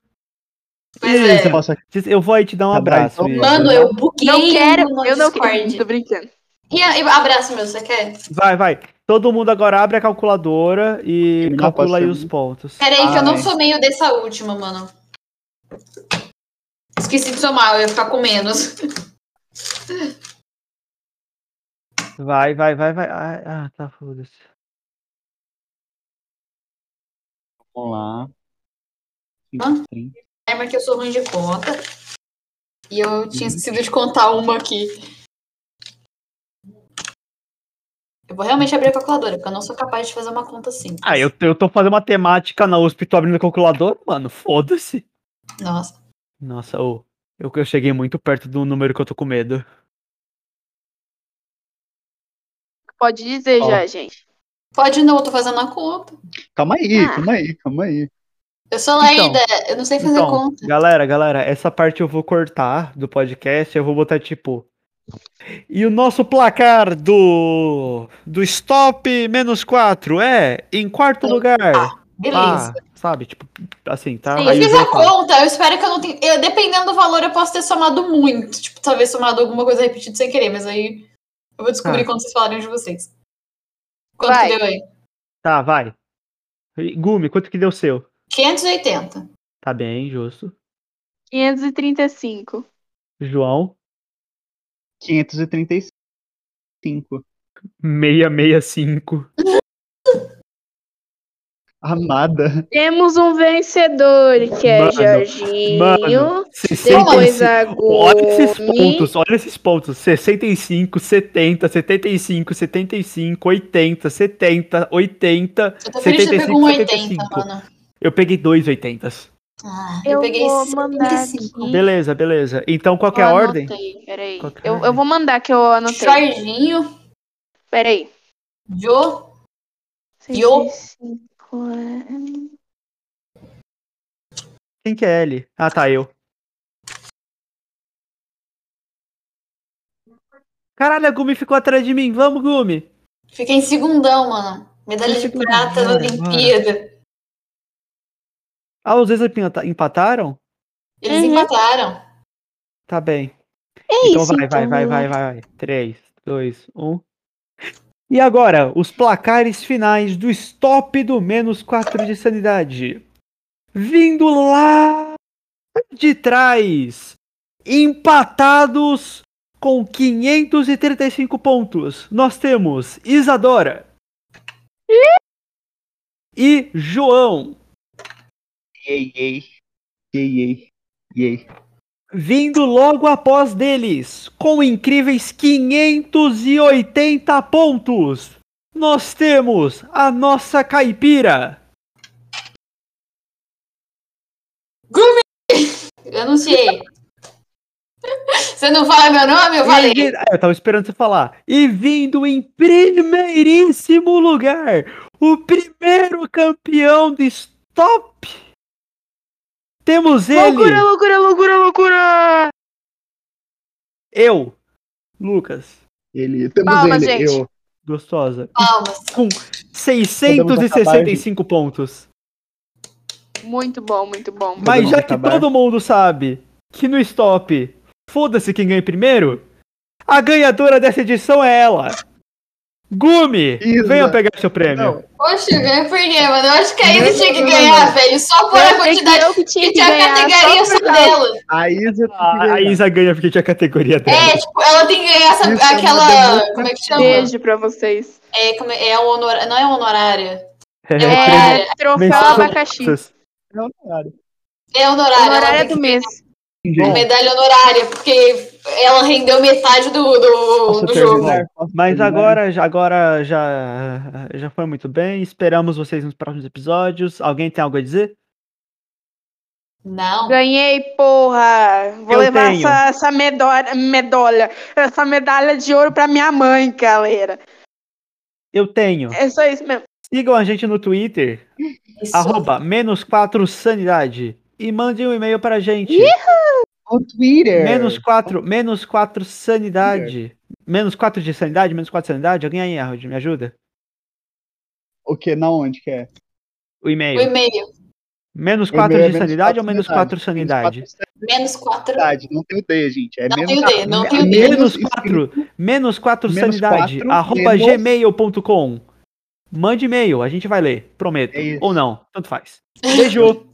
C: Pois
E: Você
C: é.
E: possa-
D: Diz- Eu vou aí te dar um
E: Tá bom,
D: abraço.
E: então.
D: Isa.
C: Mano, eu buguei
A: Não quero,
C: no
A: eu não quero. Tô
C: Discord.
A: brincando.
C: E a- e abraço, meu, você quer?
D: Vai, vai. Todo mundo agora abre a calculadora e
E: Não,
D: calcula
E: posso
D: aí
E: ser
D: os
E: um?
D: pontos.
C: Pera aí, que eu não
E: Ai.
C: sou meio dessa última, mano. Esqueci de somar, eu ia ficar com menos.
D: Vai, vai, vai, vai. Ai, Ah, tá, foda-se.
E: Vamos lá.
C: Hã?
E: 30.
C: É, mas que eu sou ruim de conta. E eu tinha esquecido de contar uma aqui. Eu vou realmente abrir a calculadora, porque eu não sou capaz de fazer uma conta assim.
D: Ah, eu, eu tô fazendo matemática na USP, tô abrindo a calculadora, mano. Foda-se.
C: Nossa.
D: Nossa, ô. Eu, eu cheguei muito perto do número que eu tô com medo.
A: Pode dizer
E: Ó.
A: já, gente.
C: Pode não, eu tô fazendo a conta.
E: Calma aí,
A: Ah.
E: calma aí, calma aí.
C: Eu sou Laída,
D: Então,
C: eu não sei fazer
D: Então,
C: conta.
D: galera, galera, essa parte eu vou cortar do podcast. Eu vou botar tipo. E o nosso placar do. Do stop menos 4 é em quarto lugar.
C: Então, tá, Beleza.
D: Ah, sabe, tipo, assim, tá?
A: Sim,
C: Eu
D: Aí
C: fiz
D: eu
C: a
D: vou falar.
C: conta, eu espero que eu não tenha. eu- dependendo do valor, eu posso ter somado muito. Tipo, talvez somado alguma coisa repetida sem querer, mas aí eu vou descobrir
D: Ah.
C: quando vocês falarem de vocês. Quanto
A: Vai.
C: que deu aí?
D: Tá, vai. E, Gumi, quanto que deu o seu?
C: 580.
D: Tá bem, justo.
A: 535.
D: João,
E: 535.
D: 665.
E: Amada.
A: Temos um vencedor, que é
D: Mano,
A: Jorginho.
D: mano,
A: depois
D: 65.
A: a
D: Olha esses
A: Gumi.
D: pontos, olha esses pontos. 65, 70, 75, 75, 80, 70, 80.
C: Eu tô feliz que você pegou um 80,
D: 75.
C: mano.
D: Eu peguei dois 80s.
C: Ah, eu,
B: Eu
C: peguei
B: vou mandar
A: Hum.
C: 75.
B: aqui.
D: Beleza, beleza. Então, qual que é
A: Eu
D: a ordem?
A: anotei, Peraí.
D: Qual que é a
A: Eu,
D: ordem?
A: eu vou mandar que eu anotei.
C: Jorginho,
A: Peraí.
C: Jo, Eu-
A: 65 é-
D: Quem que é ele? Ah, tá, eu. Caralho, a Gumi ficou atrás de mim. Vamos, Gumi.
C: fiquei em segundão, mano. Medalha de
D: Segundão,
C: prata na
D: bora,
C: Olimpíada.
D: Ah, os dois empata- empataram?
C: Eles
B: Uhum.
C: empataram.
D: Tá bem.
B: É
D: então,
B: isso.
D: vai, vai,
B: então,
D: vai, vai, vai, vai. 3, 2, 1. E agora, os placares finais do stop do menos 4 de sanidade. Vindo lá de trás. Empatados com 535 pontos. Nós temos Isadora. E João.
E: Yei, yei. Yei, yei. Yei.
D: Vindo logo após deles, com incríveis 580 pontos, nós temos a nossa caipira.
C: Eu anunciei. [LAUGHS] Você não fala meu nome? Eu falei.
D: E- Ah, Eu tava esperando você falar. E vindo em primeiríssimo lugar, o primeiro campeão de stop. Temos
A: Loucura,
D: ele,
A: loucura, loucura, loucura!
D: eu, Lucas,
E: Ele. Temos
A: Palmas,
E: ele.
A: gente.
E: Eu.
D: gostosa,
C: Palmas.
D: com 665 pontos.
A: Muito bom, muito bom.
E: Todo
D: Mas já
E: mundo
D: que
E: acabar.
D: todo mundo sabe que no stop, foda-se quem ganha primeiro, a ganhadora dessa edição é ela. Gumi,
E: Isa.
D: venha pegar seu prêmio.
E: Não,
C: Poxa, eu ganhei por quê, mano? Eu acho que a Isa
E: Não,
C: tinha que
E: não,
C: ganhar,
E: não.
C: velho. Só por a
A: Eu achei que
C: quantidade.
A: eu que tinha
C: E
A: que
C: tinha a
A: ganhar
C: categoria
A: só
C: só
A: por causa-
C: dela.
E: a é Isa.
D: Ah,
C: Ah,
D: A, a Isa ganha porque tinha a categoria dela.
C: É, tipo, ela tem que ganhar essa,
E: Isso é uma
C: aquela.
E: democracia.
C: Como é que
A: Então,
C: chama?
A: Beijo pra vocês.
C: É, como é, é um honor... Não é honorária.
D: [LAUGHS] É,
C: É,
A: É, troféu
D: prêmio-
A: abacaxi.
D: Menções
E: Não, cara.
C: É honorária. ela
A: Honorária
C: tem
A: do mês.
D: Bom,
C: Medalha honorária, porque ela rendeu metade do, do,
D: Nossa,
C: do um jogo.
D: terminar.
E: Posso
D: Mas
E: terminar?
D: agora, já- agora já, já foi muito bem. Esperamos vocês nos próximos episódios. Alguém tem algo a dizer?
C: Não.
A: Ganhei, porra! Vou
D: Eu
A: levar
D: tenho.
A: essa, essa medora- medalha, essa medalha de ouro pra minha mãe, galera.
D: Eu tenho.
A: É só isso mesmo.
D: Sigam a gente no Twitter,
C: Isso.
D: arroba menos 4 sanidade. E mandem um e-mail pra gente.
E: O Twitter.
D: Menos 4, menos 4 sanidade.
E: É.
D: Menos 4 de sanidade, menos 4 sanidade. Alguém aí, Harold, me ajuda?
E: O que? Na onde que é?
D: O
C: O
D: e-mail.
C: e-mail.
D: Menos
E: O e-mail
D: 4
E: é
D: de
E: menos
D: sanidade
E: quatro
D: ou menos 4 sanidade?
C: Menos quatro.
E: sanidade. Não tem o D, gente. É
C: Não
E: menos,
C: tem o D, não tem o D.
D: Menos
E: escrito
D: 4, menos 4
E: Menos
D: sanidade,
E: quatro,
D: arroba
E: menos-
D: gmail.com. Mande e-mail, a gente vai ler, prometo.
E: É isso.
D: Ou não, tanto faz. Beijo!